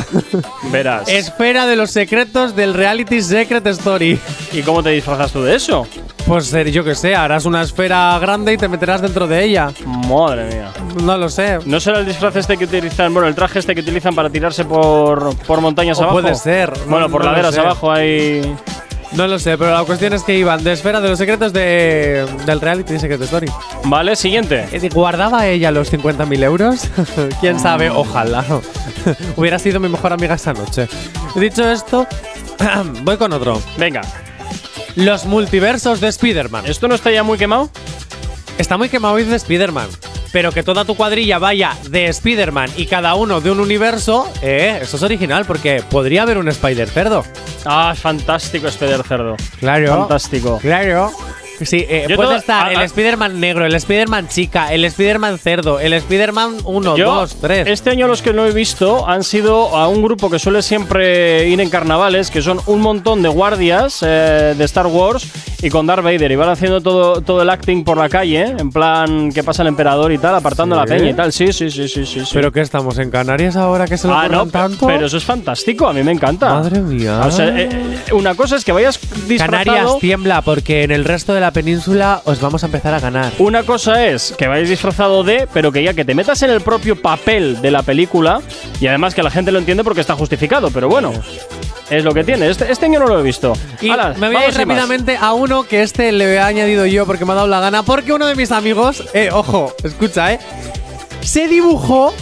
verás.
Esfera de los secretos del reality Secret Story.
¿Y cómo te disfrazas tú de eso?
Pues eh, yo que sé, harás una esfera grande y te meterás dentro de ella.
Madre mía.
No lo sé.
¿No será el disfraz este que utilizan, bueno, el traje este que utilizan para tirarse por, por montañas
O
abajo?
puede ser, no-
Bueno, por
no lo
laderas
sé.
abajo hay.
No lo sé, pero la cuestión es que iban de esfera de los secretos de, del reality Secret Story.
Vale, siguiente.
Eh, ¿Guardaba ella los 50.000 euros? ¿Quién sabe? Ojalá. Hubiera sido mi mejor amiga esa noche. Dicho esto, voy con otro.
Venga,
Los multiversos de Spider-Man.
¿esto no está ya muy quemado?
Está muy quemado hoy de Spider-Man. Pero que toda tu cuadrilla vaya de Spider-Man y cada uno de un universo, eh, eso es original porque podría haber un Spider-Cerdo.
Ah, es fantástico este del cerdo.
Claro.
Fantástico.
Claro. Sí, eh,
Yo
puede
todo-
estar
ah,
el
ah.
Spider-Man negro, el Spider-Man chica, el Spider-Man cerdo, el Spider-Man 1,
Yo,
2, 3.
Este año los que no he visto han sido a un grupo que suele siempre ir en carnavales, que son un montón de guardias eh, de Star Wars y con Darth Vader. Y van haciendo todo, todo el acting por la calle, en plan que pasa el emperador y tal, apartando
¿Sí?
la peña y tal. Sí, sí, sí, sí, sí. sí.
¿Pero qué estamos en Canarias ahora que se lo
ah, no,
curran tanto?
pero eso es fantástico, a mí me encanta.
Madre mía.
O sea, eh, eh, una cosa es que vayas
Canarias
disfrazado.
tiembla porque en el resto de la península os vamos a empezar a ganar.
Una cosa es que vayas disfrazado de, pero que ya que te metas en el propio papel de la película, y además que la gente lo entiende porque está justificado, pero bueno, es lo que tiene. Este, este año no lo he visto.
Y
Hala,
me voy a
vamos
ir
sin más.
rápidamente a uno que este le he añadido yo porque me ha dado la gana. Porque uno de mis amigos, eh, ojo, escucha, eh, se dibujó.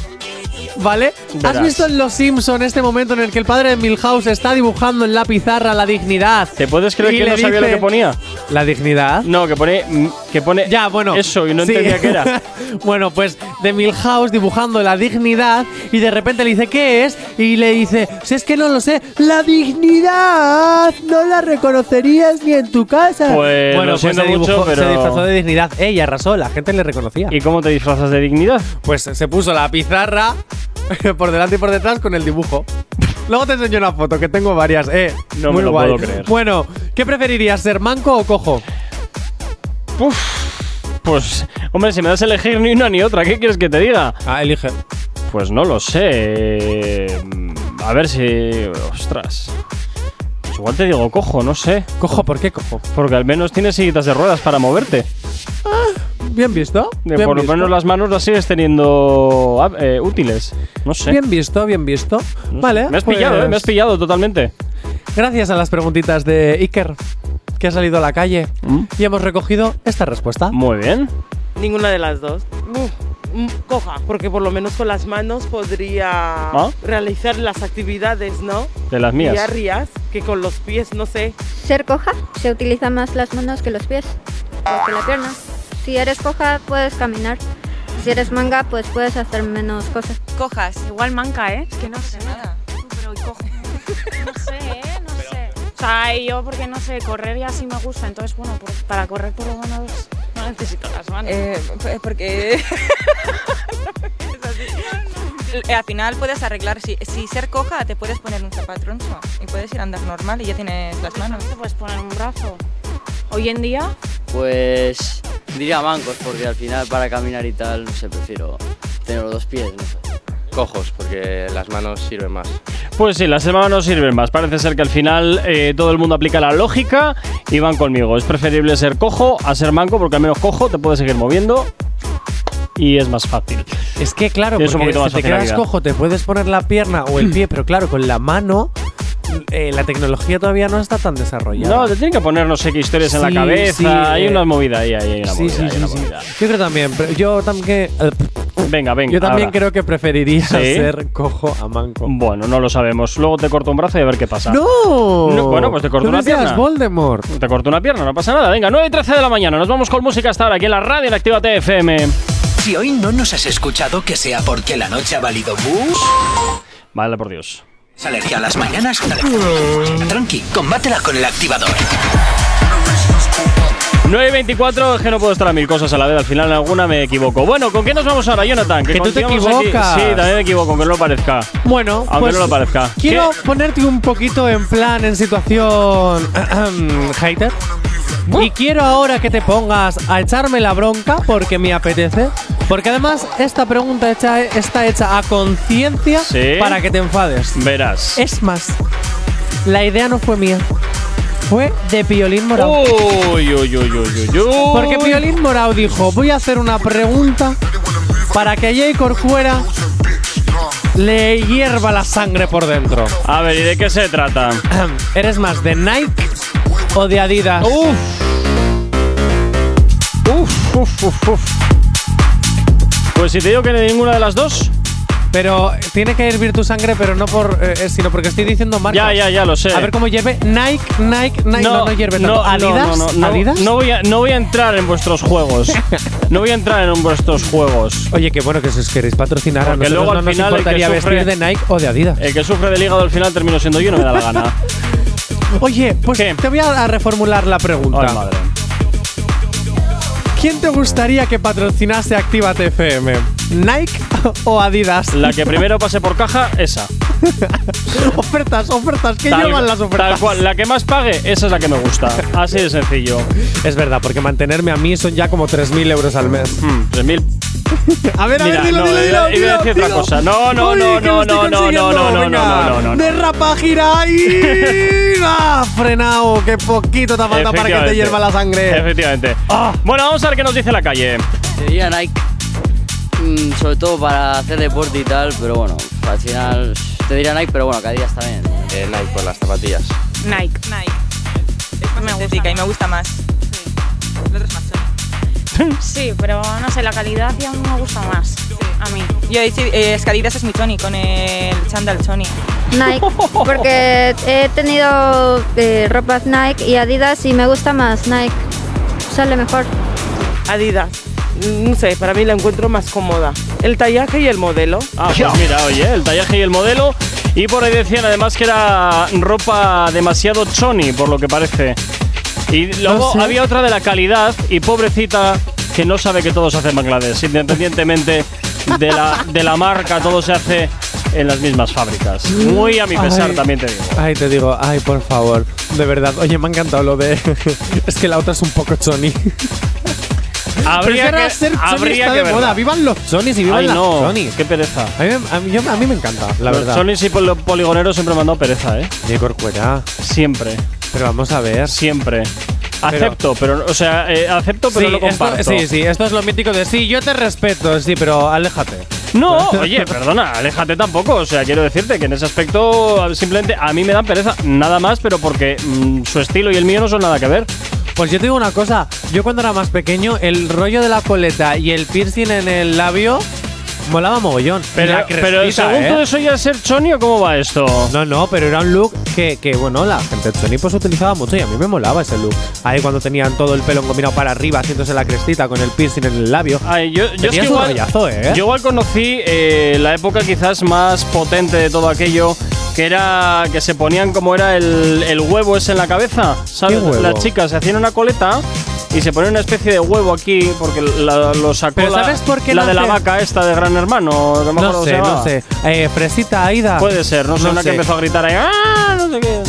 ¿Vale? ¿Has
Verás.
visto en Los Simpson este momento en el que el padre de Milhouse está dibujando en la pizarra la dignidad?
¿Te puedes creer
Y
que
le
no sabía lo
dice-
que ponía?
¿La dignidad?
No, que pone. mm, Que pone
Ya, bueno.
Eso, y no
sí.
entendía qué era.
bueno, pues de Milhouse dibujando la dignidad y de repente le dice, ¿qué es? Y le dice, si es que no lo sé, la dignidad no la reconocerías ni en tu casa.
Pues,
bueno,
lo siento
se,
mucho, pero-
se disfrazó de dignidad. Ella arrasó, la gente le reconocía.
¿Y cómo te disfrazas de dignidad?
pues se puso la pizarra por delante y por detrás con el dibujo. Luego te enseño una foto, que tengo varias. Eh,
No
muy
me lo
guay.
puedo creer.
Bueno, ¿qué preferirías, ser manco o cojo?
Pues, hombre, si me das a elegir ni una ni otra, ¿qué quieres que te diga?
Ah, elige.
Pues no lo sé. Mm, A ver si. Ostras. Pues igual te digo cojo, no sé.
¿Cojo? ¿Por qué cojo?
Porque al menos tienes sillitas de ruedas para moverte.
Bien visto.
De
bien
por lo
visto.
menos las manos las sigues teniendo ah, eh, útiles. No sé.
Bien visto, bien visto.
¿eh? No sé.
Vale.
Me has pillado,
pues,
eh, me has pillado totalmente.
Gracias a las preguntitas de Iker, que ha salido a la calle,
Mm.
y hemos recogido esta respuesta.
Muy bien.
Ninguna de las dos. Mm, Coja, porque por lo menos con las manos podría realizar las actividades, ¿no?
De las mías.
Diarias, que con los pies, no sé.
Ser coja, se utilizan más las manos que los pies, o que la pierna. Si eres coja, puedes caminar. Si eres manga, pues puedes hacer menos cosas.
Cojas.
Igual manca, ¿eh? Es que no sé.
Nada.
Pero hoy cojo.
No sé, ¿eh? no sé. O sea, y yo porque no sé, correr ya sí me gusta, entonces bueno, por- para correr por lo menos no necesito las manos.
Eh, pues porque Eh, al final puedes arreglar, si, si ser coja te puedes poner un zapato troncho y puedes ir a andar normal y ya tienes las manos.
Te puedes poner un brazo. Hoy en día,
Pues diría mancos, porque al final para caminar y tal, no sé, prefiero tener los dos pies, no sé.
Cojos, porque las manos sirven más.
Pues sí, las semanas no sirven más. Parece ser que al final eh, todo el mundo aplica la lógica y van conmigo. Es preferible ser cojo a ser manco, porque al menos cojo te puedes seguir moviendo y es más fácil.
Es que claro,
Tienes un
porque
poquito más
si te quedas
facilidad.
cojo, te puedes poner la pierna o el pie, pero claro, con la mano eh, la tecnología todavía no está tan desarrollada.
No, te tienen que poner no sé qué historias en la
Sí,
cabeza.
sí,
hay
eh.
una movida ahí, ahí hay una
Sí,
movida.
sí,
hay
sí,
una
sí.
movida.
Yo creo también, pero yo también
Venga, venga.
yo también
ahora.
creo que preferiría
¿Sí?
ser cojo a manco.
Bueno, no lo sabemos. Luego te corto un brazo y a ver qué pasa.
¡No!
No, bueno, pues te corto
Tú
una
decías
pierna.
Voldemort.
Te corto una pierna, no pasa nada. Venga, 9 y 13 de la mañana. Nos vamos con música hasta ahora aquí en la radio en Activa TFM.
Si hoy no nos has escuchado, que sea porque la noche ha valido bus.
Vale, por Dios.
Es alergia a las mañanas. Tranqui, combátela con el activador.
9 y 24, es que no puedo estar a mil cosas a la vez. Al final, en alguna me equivoco. Bueno, ¿con qué nos vamos ahora, Jonathan?
Que tú te
continuamos aquí.
equivocas.
Sí, también me equivoco, aunque no lo parezca.
Bueno,
Aunque
pues
no lo parezca.
Quiero ponerte un poquito en plan, en situación hater. Y quiero ahora que te pongas a echarme la bronca porque me apetece. Porque además esta pregunta hecha- está hecha a conciencia
Sí.
para que te enfades.
Verás.
Es más, la idea no fue mía. Fue de Piolín Morao.
Uy, uy, uy, uy, uy, uy.
Porque Piolín Morao dijo, voy a hacer una pregunta para que a Jay Corcuera le hierva la sangre por dentro.
A ver, ¿y de qué se trata?
¿Eres más de Nike o de Adidas?
Uf. Uf, uf, uf, uf. Pues si te digo que de ninguna de las dos.
Pero tiene que hervir tu sangre, pero no por eh, sino porque estoy diciendo marcas.
Ya, ya, ya, lo sé.
A ver cómo hierve Nike, Nike, Nike. No, no, hierve tanto. ¿Adidas?
no, no, no,
¿Adidas?
no voy a, no voy a entrar en vuestros juegos. no voy a entrar en vuestros juegos.
Oye, qué bueno que si os queréis patrocinar a
Porque
nosotros
luego
no
al
nos
final el que
importaría
sufre-
vestir de Nike o de Adidas.
El que sufre del hígado al final termino siendo yo y no me da la gana.
Oye, pues
Eh, ¿Qué?
te voy a a reformular la pregunta.
Ay, madre.
¿Quién te gustaría que patrocinase Actívate FM? ¿Nike o Adidas?
La que primero pase por caja, esa.
ofertas, ofertas, que
Tal-
llevan las ofertas.
Tal cual, la que más pague, esa es la que me gusta. Así de sencillo.
Es verdad, porque mantenerme a mí son ya como 3.000 euros al mes.
Hmm, 3.000.
A ver, a
Mira,
ver, dilo,
no,
dilo,
iba-
dilo,
iba a
dilo,
decir otra
dilo.
cosa. No, no,
Uy,
no,
que
no,
lo
no,
estoy
no,
consiguiendo,
no, no,
venga.
no, no, no, no.
Derrapa, gira y... ¡Ah, frenado! ¡Qué poquito te ha faltado para que te
Efectivamente.
hierva la sangre!
Efectivamente.
Ah.
Bueno, vamos a ver qué nos dice la calle.
Diría Nike, mm, sobre todo para hacer deporte y tal, pero bueno, al final te diría Nike, pero bueno, que Adidas también.
Eh, Nike por las zapatillas.
Nike.
Nike. Es más estética y me gusta más. El otro es más chulo.
Sí, pero no sé, la calidad ya me gusta más. A mí.
Yo he dicho, eh, es que Adidas es mi Choni con el chándal Choni.
Nike, porque he tenido eh, ropas Nike y Adidas y me gusta más Nike. Sale mejor.
Adidas. Mm, No sé, para mí la encuentro más cómoda. El tallaje y el modelo.
Ah, pues mira, oye, el tallaje y el modelo. Y por ahí decían además que era ropa demasiado choni, por lo que parece. Y luego
sé.
había otra de la calidad y pobrecita que no sabe que todo se hace en Bangladesh. Independientemente de la, de la marca, todo se hace en las mismas fábricas. Muy a mi pesar,
Ay.
también te digo.
Ay, te digo, ay, por favor. De verdad, oye, me ha encantado lo de... es que la otra es un poco choni. Pero es que
Habría
ahora
que,
ser choni
habría
está
que
de moda.
verla.
¡Vivan los chonis y vivan
Ay,
las
no,
chonis!
qué pereza.
A mí, a mí- yo- a mí me encanta, la
Los
verdad.
chonis y pol- poligoneros siempre me han dado pereza, ¿eh?
De corcuera.
Siempre.
Pero vamos a ver.
Siempre. Acepto, pero, o sea, eh, acepto, pero
Sí,
no comparto.
Esto, sí, sí, esto es lo mítico de sí, yo te respeto, sí, pero aléjate.
No, oye, perdona, aléjate tampoco. O sea, quiero decirte que en ese aspecto simplemente a mí me dan pereza, nada más, pero porque mm, su estilo y el mío no son nada que ver.
Pues yo te digo una cosa, yo cuando era más pequeño, el rollo de la coleta y el piercing en el labio molaba mogollón.
Pero,
La crespita,
pero según
¿eh?
todo eso ya es ser choni o cómo va esto.
No, no, pero era un look que, que, bueno, la gente de Sony pues utilizaba mucho y a mí me molaba ese look. Ahí cuando tenían todo el pelo combinado para arriba, haciéndose la crestita con el piercing en el labio.
Ay, yo, yo es que
Tenías un
igual,
rollazo, ¿eh?
yo igual conocí eh, la época quizás más potente de todo aquello, que era que se ponían como era el, el huevo ese en la cabeza, ¿sabes?
¿Qué huevo?
Las chicas se hacían una coleta y se ponían una especie de huevo aquí porque la, lo sacó
Pero
la,
¿sabes por qué
la
no
de la
hace?
vaca esta de Gran Hermano. que me acuerdo
No
cómo se
sé, no
llamaba.
sé. Eh, fresita Aida.
Puede ser, no sé, una que empezó a gritar ahí. "¡Ah!", No sé qué.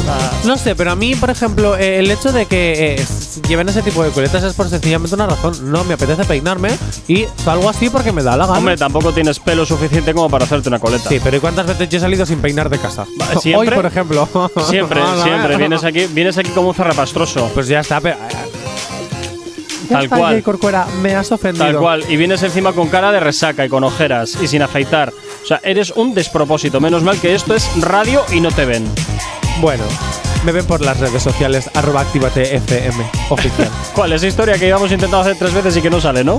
No sé, pero a mí, por ejemplo, eh, el hecho de que eh, s- lleven ese tipo de coletas es por sencillamente una razón. No me apetece peinarme y salgo así porque me da la gana.
Hombre, tampoco tienes pelo suficiente como para hacerte una coleta.
Sí, pero ¿y cuántas veces yo he salido sin peinar de casa? Hoy,
¿siempre?
por ejemplo.
Siempre,
Hola.
siempre. Vienes aquí, vienes aquí como un zarrapastroso.
Pues ya está, pero. Ya
Tal
está,
cual.
Jay Corcuera, me has ofendido.
Tal cual. Y vienes encima con cara de resaca y con ojeras y sin afeitar. O sea, eres un despropósito. Menos mal que esto es radio y no te ven.
Bueno, me ven por las redes sociales, arroba actívate FM oficial.
¿Cuál es la historia que llevamos intentando hacer tres veces y que no sale, no?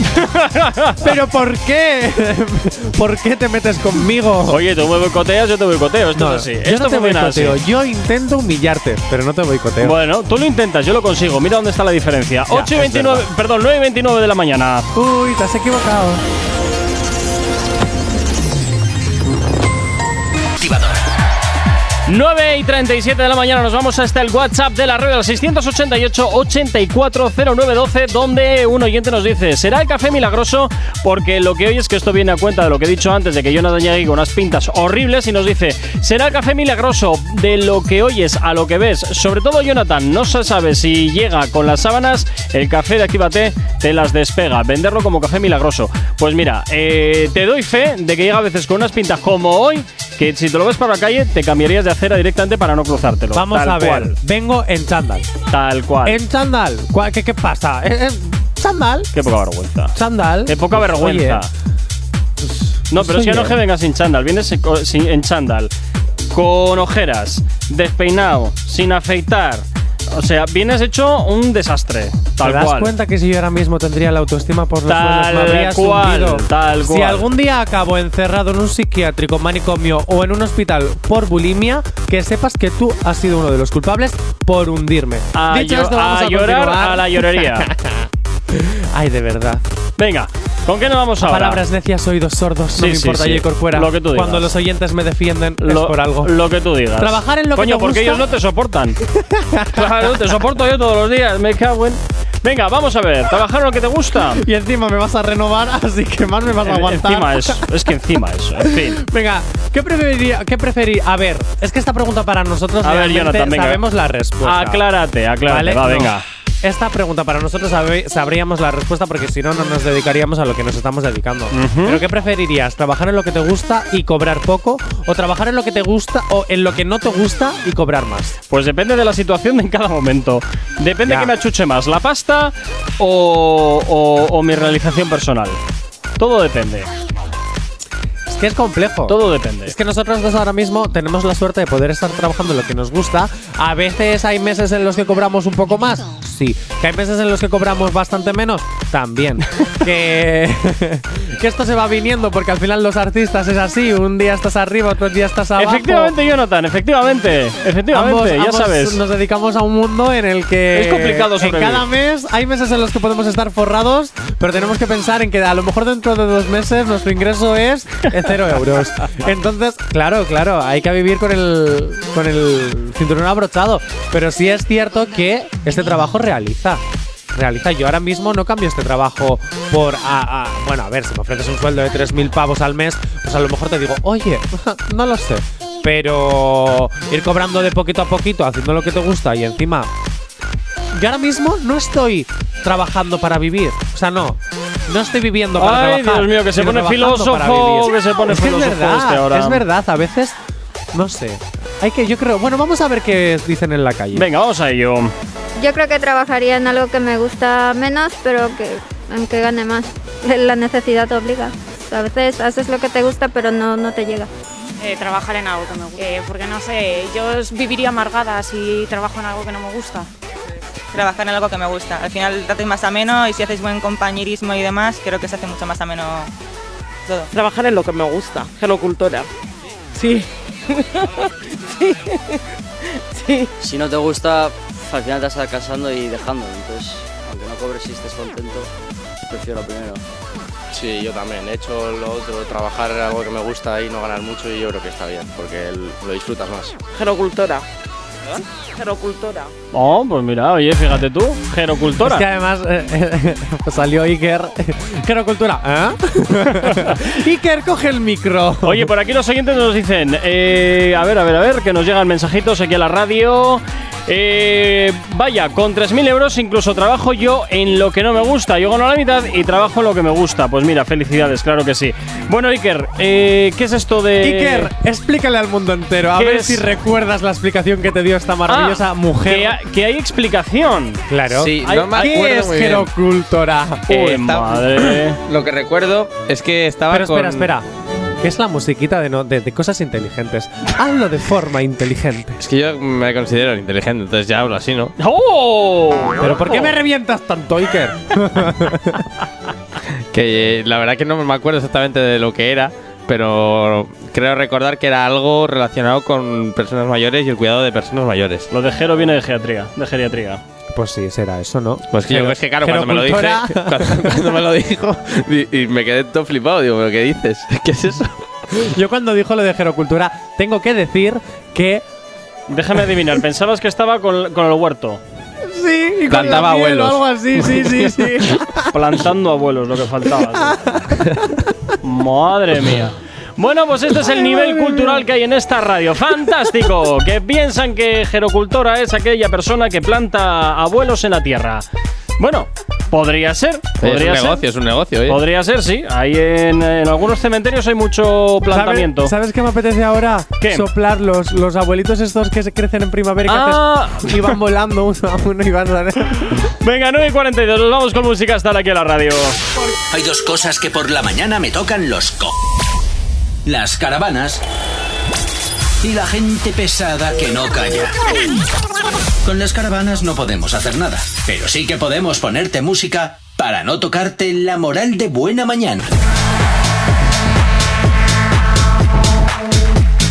¿Pero por qué? ¿Por qué te metes conmigo?
Oye, tú me boicoteas, yo te boicoteo. Esto
No,
es así.
yo
esto
no te
funciona así.
boicoteo, yo intento humillarte, pero no te boicoteo.
Bueno, tú lo intentas, yo lo consigo. Mira dónde está la diferencia.
Ya,
8 y
es
29,
verdad.
perdón, 9 y 29 de la mañana.
Uy, te has equivocado.
Activador.
9 y 37 de la mañana nos vamos hasta el WhatsApp de la red al 688-840912 donde un oyente nos dice ¿Será el café milagroso? Porque lo que hoy es que esto viene a cuenta de lo que he dicho antes de que Jonathan llegue con unas pintas horribles y nos dice ¿Será el café milagroso de lo que oyes a lo que ves? Sobre todo Jonathan, no se sabe si llega con las sábanas el café de Actívate te las despega. Venderlo como café milagroso. Pues mira, eh, te doy fe de que llega a veces con unas pintas como hoy que si te lo ves para la calle te cambiarías de acera directamente para no cruzártelo.
Vamos
Tal
a ver,
cual.
vengo en chándal.
Tal cual.
En chándal, ¿Cuál- ¿qué, qué pasa? Eh, eh, chándal,
Qué poca vergüenza.
chándal.
Qué poca vergüenza.
Oye, pues,
no, pero es que
oye.
no es que vengas sin chándal. Vienes en co- sin- en chándal, con ojeras, despeinado, sin afeitar. O sea, vienes hecho un desastre. Tal
¿Te das
cual.
cuenta que si yo ahora mismo tendría la autoestima por los
Tal
suelos, me habría
cual,
hundido?
tal
Si
cual.
algún día acabo encerrado en un psiquiátrico, manicomio o en un hospital por bulimia, que sepas que tú has sido uno de los culpables por hundirme.
A,
Dicho
llo-
esto, vamos
a llorar
continuar.
a la llorería.
Ay, de verdad.
Venga, ¿con qué nos vamos ahora?
Palabras necias, oídos sordos, no
Sí,
me
sí,
importa,
sí.
J. Corcuera.
Lo que tú digas.
Cuando los oyentes me defienden
lo,
es por algo.
lo que tú digas.
Trabajar en lo que
Coño,
te
porque
gusta.
ellos no te soportan. claro, te soporto yo todos los días. Me cago en. Venga, vamos a ver. Trabajar en lo que te gusta.
Y encima me vas a renovar, así que más me vas a
En-
aguantar.
Encima eso. Es que encima eso. En fin.
Venga, ¿qué preferiría? ¿Qué preferir? A ver, es que esta pregunta para nosotros
A ver,
realmente
Jonathan, venga.
sabemos la respuesta.
Ah, Aclárate, aclárate.
Pues ¿Vale?
Va,
No.
venga.
Esta pregunta para nosotros sabe- sabríamos la respuesta porque si no, no nos dedicaríamos a lo que nos estamos dedicando. ¿Pero qué preferirías? ¿Trabajar en lo que te gusta y cobrar poco? ¿O trabajar en lo que te gusta o en lo que no te gusta y cobrar más?
Pues depende de la situación en cada momento. Depende
Ya.
que me achuche más, la pasta o, o- o mi realización personal. Todo depende.
Es que es complejo.
Todo depende.
Es que nosotros dos ahora mismo tenemos la suerte de poder estar trabajando en lo que nos gusta. A veces hay meses en los que cobramos un poco más. Sí. Que hay meses en los que cobramos bastante menos. También. que, que esto se va viniendo porque al final los artistas es así. Un día estás arriba, otro día estás abajo.
Efectivamente, Jonathan, efectivamente. Efectivamente,
Ambos-
ya
ambos
sabes.
Nos dedicamos a un mundo en el que.
Es complicado sobrevivir.
En cada mes hay meses en los que podemos estar forrados, pero tenemos que pensar en que a lo mejor dentro de dos meses nuestro ingreso es eh, cero euros. Entonces, claro, claro, hay que vivir con el, con el cinturón abrochado. Pero sí es cierto que este trabajo realiza. Realiza. Yo ahora mismo no cambio este trabajo por. a- a- bueno, a ver, si me ofreces un sueldo de 3.000 pavos al mes, pues a lo mejor te digo, oye, no lo sé. Pero ir cobrando de poquito a poquito, haciendo lo que te gusta y encima. Yo ahora mismo no estoy trabajando para vivir. O sea, no. No estoy viviendo para
Ay,
trabajar.
Dios mío, que se
sino
pone
trabajando para
filósofo,
vivir.
que se pone
es que es
filósofo
verdad,
este ahora.
Es verdad, a veces. No sé. Hay que, yo creo. Bueno, vamos a ver qué dicen en la calle.
Venga, vamos a ello.
Yo creo que trabajaría en algo que me gusta menos, pero que aunque gane más. La necesidad te obliga. A veces haces lo que te gusta, pero no, no te llega.
Eh, trabajar en algo que me gusta. Eh, porque no sé, yo viviría amargada si trabajo en algo que no me gusta.
Trabajar en algo que me gusta. Al final el rato es más ameno y si haces buen compañerismo y demás, creo que se hace mucho más ameno todo.
Trabajar en lo que me gusta, gelocultora. Sí. sí. Sí.
Si no te gusta, al final te vas casando y dejando. Entonces, aunque no cobres si estés contento. prefiero lo primero.
Sí, yo también. He hecho lo otro, trabajar en algo que me gusta y no ganar mucho y yo creo que está bien, porque el- lo disfrutas más.
Gerocultora. Gerocultora.
Oh, pues mira, oye, fíjate tú, gerocultora.
Es que además eh, salió Iker. Gerocultura, ¿eh? Iker, coge el micro.
Oye, por aquí los oyentes nos dicen, eh, a ver, a ver, a ver, que nos llegan mensajitos aquí a la radio. Eh, vaya, con 3.000 euros incluso trabajo yo en lo que no me gusta. Yo gano la mitad y trabajo en lo que me gusta. Pues mira, felicidades, claro que sí. Bueno, Iker, eh, ¿qué es esto de...?
Iker, explícale al mundo entero. A
¿Qué
ver
es?
si recuerdas la explicación que te dio esta
Ah,
maravillosa mujer.
Que, ha- que hay explicación.
Claro.
Sí,
Ay,
no me
¿Qué
acuerdo
es
muy bien.
gerocultora?
Eh, madre.
Lo que recuerdo es que estaba
Pero espera,
con-
espera. ¿Qué es la musiquita de, no- de, de cosas inteligentes? Hazlo de forma inteligente.
Es que yo me considero inteligente, entonces ya hablo así, ¿no?
¡Oh!
¿Pero por qué me revientas tanto, Iker?
Que eh, la verdad que no me acuerdo exactamente de lo que era, pero creo recordar que era algo relacionado con personas mayores y el cuidado de personas mayores.
Lo de gero viene de geriatría, de geriatría.
Pues sí, será eso, ¿no?
Pues que yo,
Gero-
es que claro, cuando me lo dije,
gerocultora.
cuando, cuando me lo dijo, y, y me quedé todo flipado, digo, ¿pero qué dices? ¿Qué es eso?
Yo cuando dijo lo de gerocultura, tengo que decir que
Déjame adivinar, pensabas que estaba con, con el huerto,
sí, y con
Plantaba
la piel o
abuelos.
algo así, sí, sí, sí.
plantando abuelos, lo que faltaba. tío. Madre mía. Bueno, pues este es el nivel cultural que hay en esta radio. ¡Fantástico! Que piensan que gerocultora es aquella persona que planta abuelos en la tierra. Bueno, podría ser.
es
Podría
un
ser.
negocio, es un negocio, ¿eh?
Podría ser, sí. Ahí en, en algunos cementerios hay mucho plantamiento.
¿Sabes, sabes qué me apetece ahora?
¿Qué?
Soplar los, los abuelitos estos que se crecen en primavera y que
Ah.
haces- y van volando uno a uno y van
Venga, 9 y 42, nos vamos con música hasta aquí a la radio.
Hay dos cosas que por la mañana me tocan los co. Las caravanas y la gente pesada que no calla. Con las caravanas no podemos hacer nada, pero sí que podemos ponerte música para no tocarte la moral de buena mañana.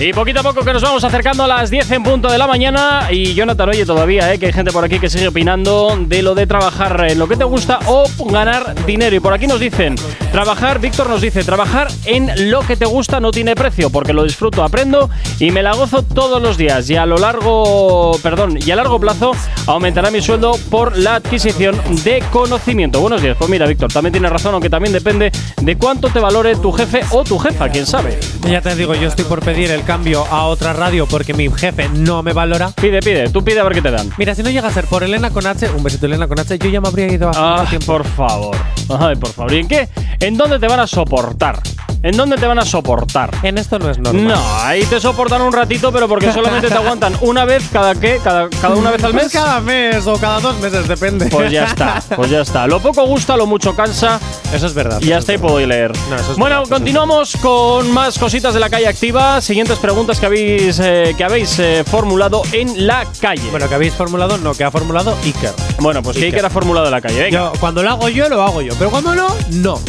Y poquito a poco que nos vamos acercando a las 10 en punto de la mañana. Y Jonathan, oye, todavía, ¿eh? que hay gente por aquí que sigue opinando de lo de trabajar en lo que te gusta o ganar dinero. Y por aquí nos dicen, trabajar, Víctor nos dice, trabajar en lo que te gusta no tiene precio, porque lo disfruto, aprendo y me la gozo todos los días. Y a lo largo, perdón, y a largo plazo aumentará mi sueldo por la adquisición de conocimiento. Buenos días, pues mira, Víctor, también tienes razón, aunque también depende de cuánto te valore tu jefe o tu jefa, quién sabe.
Ya te digo, yo estoy por pedir el cambio a otra radio porque mi jefe no me valora.
Pide, pide, tú pide a ver qué te dan.
Mira, si no llega a ser por Elena con H, un besito Elena con H, yo ya me habría ido hace
Ah,
mucho tiempo.
por favor. Ay, por favor. ¿Y en qué? ¿En dónde te van a soportar? ¿En dónde te van a soportar?
En esto no es normal.
No, ahí te soportan un ratito, pero porque solamente te aguantan una vez cada qué, cada, cada una vez al
Pues
mes.
cada mes o cada dos meses, depende.
Pues ya está, pues ya está. Lo poco gusta, lo mucho cansa.
Eso es verdad.
Y ya está, y puedo leer.
No, eso es
bueno,
verdad, eso es
continuamos con más cositas de la calle activa. Siguientes preguntas que habéis, eh, que habéis eh, formulado en la calle. Bueno,
Bueno, que habéis formulado, no, que ha formulado Iker.
pues que hay
Iker.
que era formulado en la calle. Venga.
Yo, cuando lo hago yo, lo hago yo. Pero cuando no, no.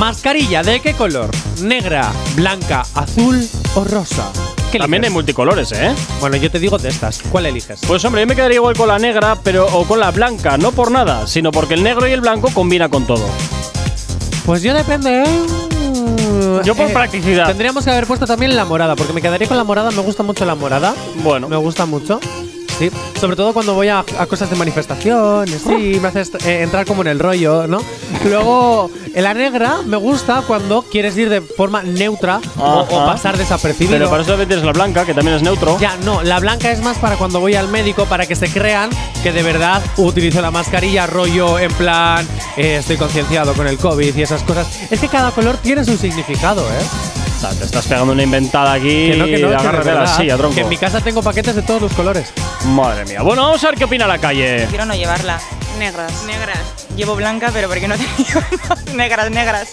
Mascarilla, ¿de qué color? Negra, blanca, azul o rosa. ¿Qué
También hay
eliges?
multicolores, ¿eh?
Bueno, yo te digo de estas. ¿Cuál eliges?
Pues hombre, yo me quedaría igual con la negra, pero o con la blanca, no por nada, sino porque el negro y el blanco combina con todo.
Pues yo depende, ¿eh?
Yo por practicidad.
Tendríamos que haber puesto también la morada, porque me quedaría con la morada. Me gusta mucho la morada.
Bueno,
Me gusta mucho. Sí. Sobre todo cuando voy a, a cosas de manifestaciones. Sí,
Ah.
me haces eh, entrar como en el rollo, ¿no? Luego, en la negra me gusta cuando quieres ir de forma neutra o, o
Ajá.
pasar desapercibido.
pero para eso también tienes la blanca, que también es neutro.
Ya, no, la blanca es más para cuando voy al médico para que se crean que de verdad utilizo la mascarilla, rollo en plan, eh, estoy concienciado con el COVID y esas cosas. Es que cada color tiene su significado, ¿eh?
O sea, te estás pegando una inventada aquí
que no, que
y
no, que de
agárrate la
verdad,
silla, tronco.
que en mi casa tengo paquetes de todos los colores.
Madre mía. Bueno, vamos a ver qué opina la calle.
Prefiero no llevarla.
Negras.
Negras. Llevo blanca, pero porque no te llevo negras, negras.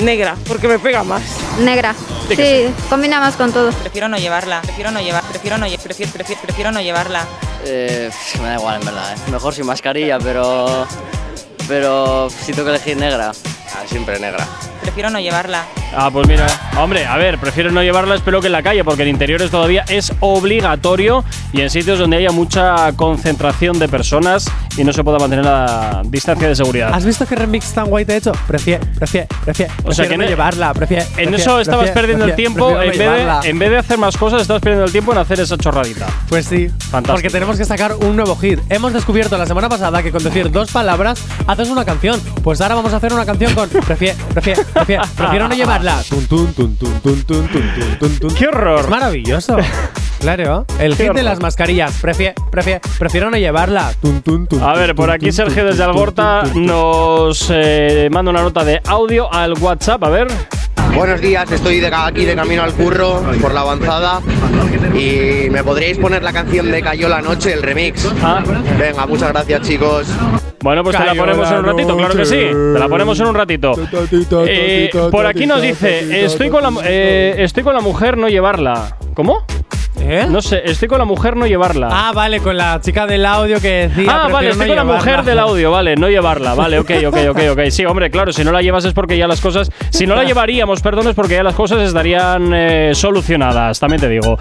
Negra, porque me pega más.
Negra.
Sí que
Sí, combina más con todo.
Prefiero no llevarla. Prefiero no llevar. Prefiero no lle- prefiero, prefiero, prefiero no llevarla.
Eh, pf, me da igual, en verdad. eh. Mejor sin mascarilla, pero. Pero si tengo que elegir negra.
Ah, siempre negra.
prefiero no llevarla.
Ah, pues mira. Hombre, a ver, prefiero no llevarla, espero que en la calle, porque en interiores todavía es obligatorio y en sitios donde haya mucha concentración de personas y no se pueda mantener la distancia de seguridad.
¿Has visto qué remix tan guay te he hecho? Prefiero, prefiero, prefiero.
O sea, que
no
en- e-
llevarla, prefiero.
En eso estabas perdiendo el tiempo. En vez, de, en vez de hacer más cosas, estabas perdiendo el tiempo en hacer esa chorradita.
Pues sí.
Fantástico.
Porque tenemos que sacar un nuevo hit. Hemos descubierto la semana pasada que con decir dos palabras haces una canción. Pues ahora vamos a hacer una canción con prefiero, prefiero, prefiero, prefiero no llevarla. Tun, tun, tun, tun, tun, tun, tun, tun, tun, tun.
¡Qué horror!
Es maravilloso. Claro, el
Qué
hit de
horror.
las mascarillas. Prefiero, prefiero, prefiero no llevarla. Tun, tun, tun,
A ver,
tun,
por
tun,
aquí
tun,
Sergio
tun,
desde
tun, tun,
Algorta
tun, tun, tun.
nos eh, manda una nota de audio al WhatsApp. A ver.
Buenos días, estoy de ca- aquí de camino al curro por la avanzada y me podríais poner la canción de Cayó la noche, el remix. Venga, muchas gracias chicos.
Bueno, pues te la ponemos en un ratito, claro que sí. Te la ponemos en un ratito. Eh, por aquí nos dice, estoy con, la, eh, estoy con la mujer no llevarla. ¿Cómo? No sé, estoy con la mujer no llevarla.
¿Eh? Ah, vale, con la chica del audio que decía.
Ah, vale, estoy
prefiero no
con la
llevarla.
mujer del audio, vale, no llevarla, vale, ok, ok, ok, ok. Sí, hombre, claro, si no la llevas es porque ya las cosas. Si no la llevaríamos, perdón, es porque ya las cosas estarían eh, solucionadas, también te digo.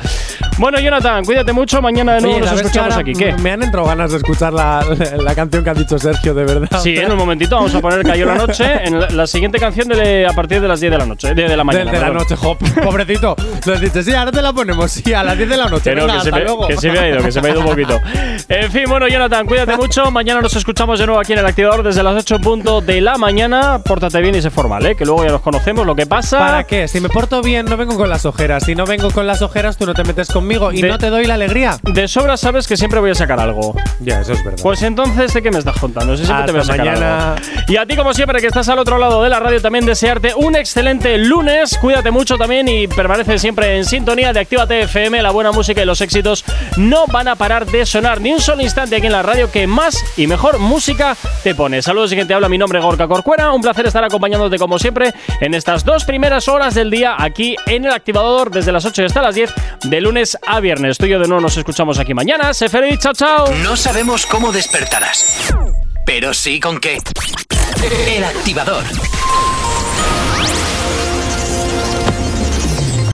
Bueno, Jonathan, cuídate mucho, mañana de nuevo
Oye,
nos
¿sabes que
escuchamos
ahora
aquí, ¿qué?
Me han entrado ganas de escuchar la, la canción que ha dicho Sergio, de verdad.
Sí, ¿eh? en un momentito vamos a poner Cayó la noche en la, la siguiente canción de, a partir de las 10 de la noche, de, de la mañana.
Desde la
perdón.
noche, jo, pobrecito. Nos dice, sí, ahora te la ponemos, sí, a las 10 de la noche.
Que no,
Venga,
que se
Pues hasta
me-
luego.
que se me ha ido, que se me ha ido un poquito. En fin, bueno, Jonathan, cuídate mucho. Mañana nos escuchamos de nuevo aquí en el activador desde las 8 en punto de la mañana. Pórtate bien y sé formal, ¿eh? que luego ya nos conocemos, lo que pasa.
¿Para qué? Si me porto bien, no vengo con las ojeras. Si no vengo con las ojeras, tú no te metes conmigo y
De-
no te doy la alegría.
De sobra sabes que siempre voy a sacar algo.
Ya, eso es verdad.
Pues entonces, ¿de qué me estás contando? Si siempre te voy a
Hasta
sacar
mañana.
algo. Y a ti, como siempre, que estás al otro lado de la radio, también desearte un excelente lunes. Cuídate mucho también y permanece siempre en sintonía de Actívate FM. La buena música y los éxitos no van a parar de sonar ni un solo instante aquí en la radio que más y mejor música te pone. Saludos y quien te habla, mi nombre es Gorka Corcuera. Un placer estar acompañándote como siempre en estas dos primeras horas del día aquí en el activador desde las 8 hasta las 10 de lunes a viernes. Tú y yo de nuevo nos escuchamos aquí mañana. Sé feliz, chao, chao.
No sabemos cómo despertarás, pero sí con qué. El activador.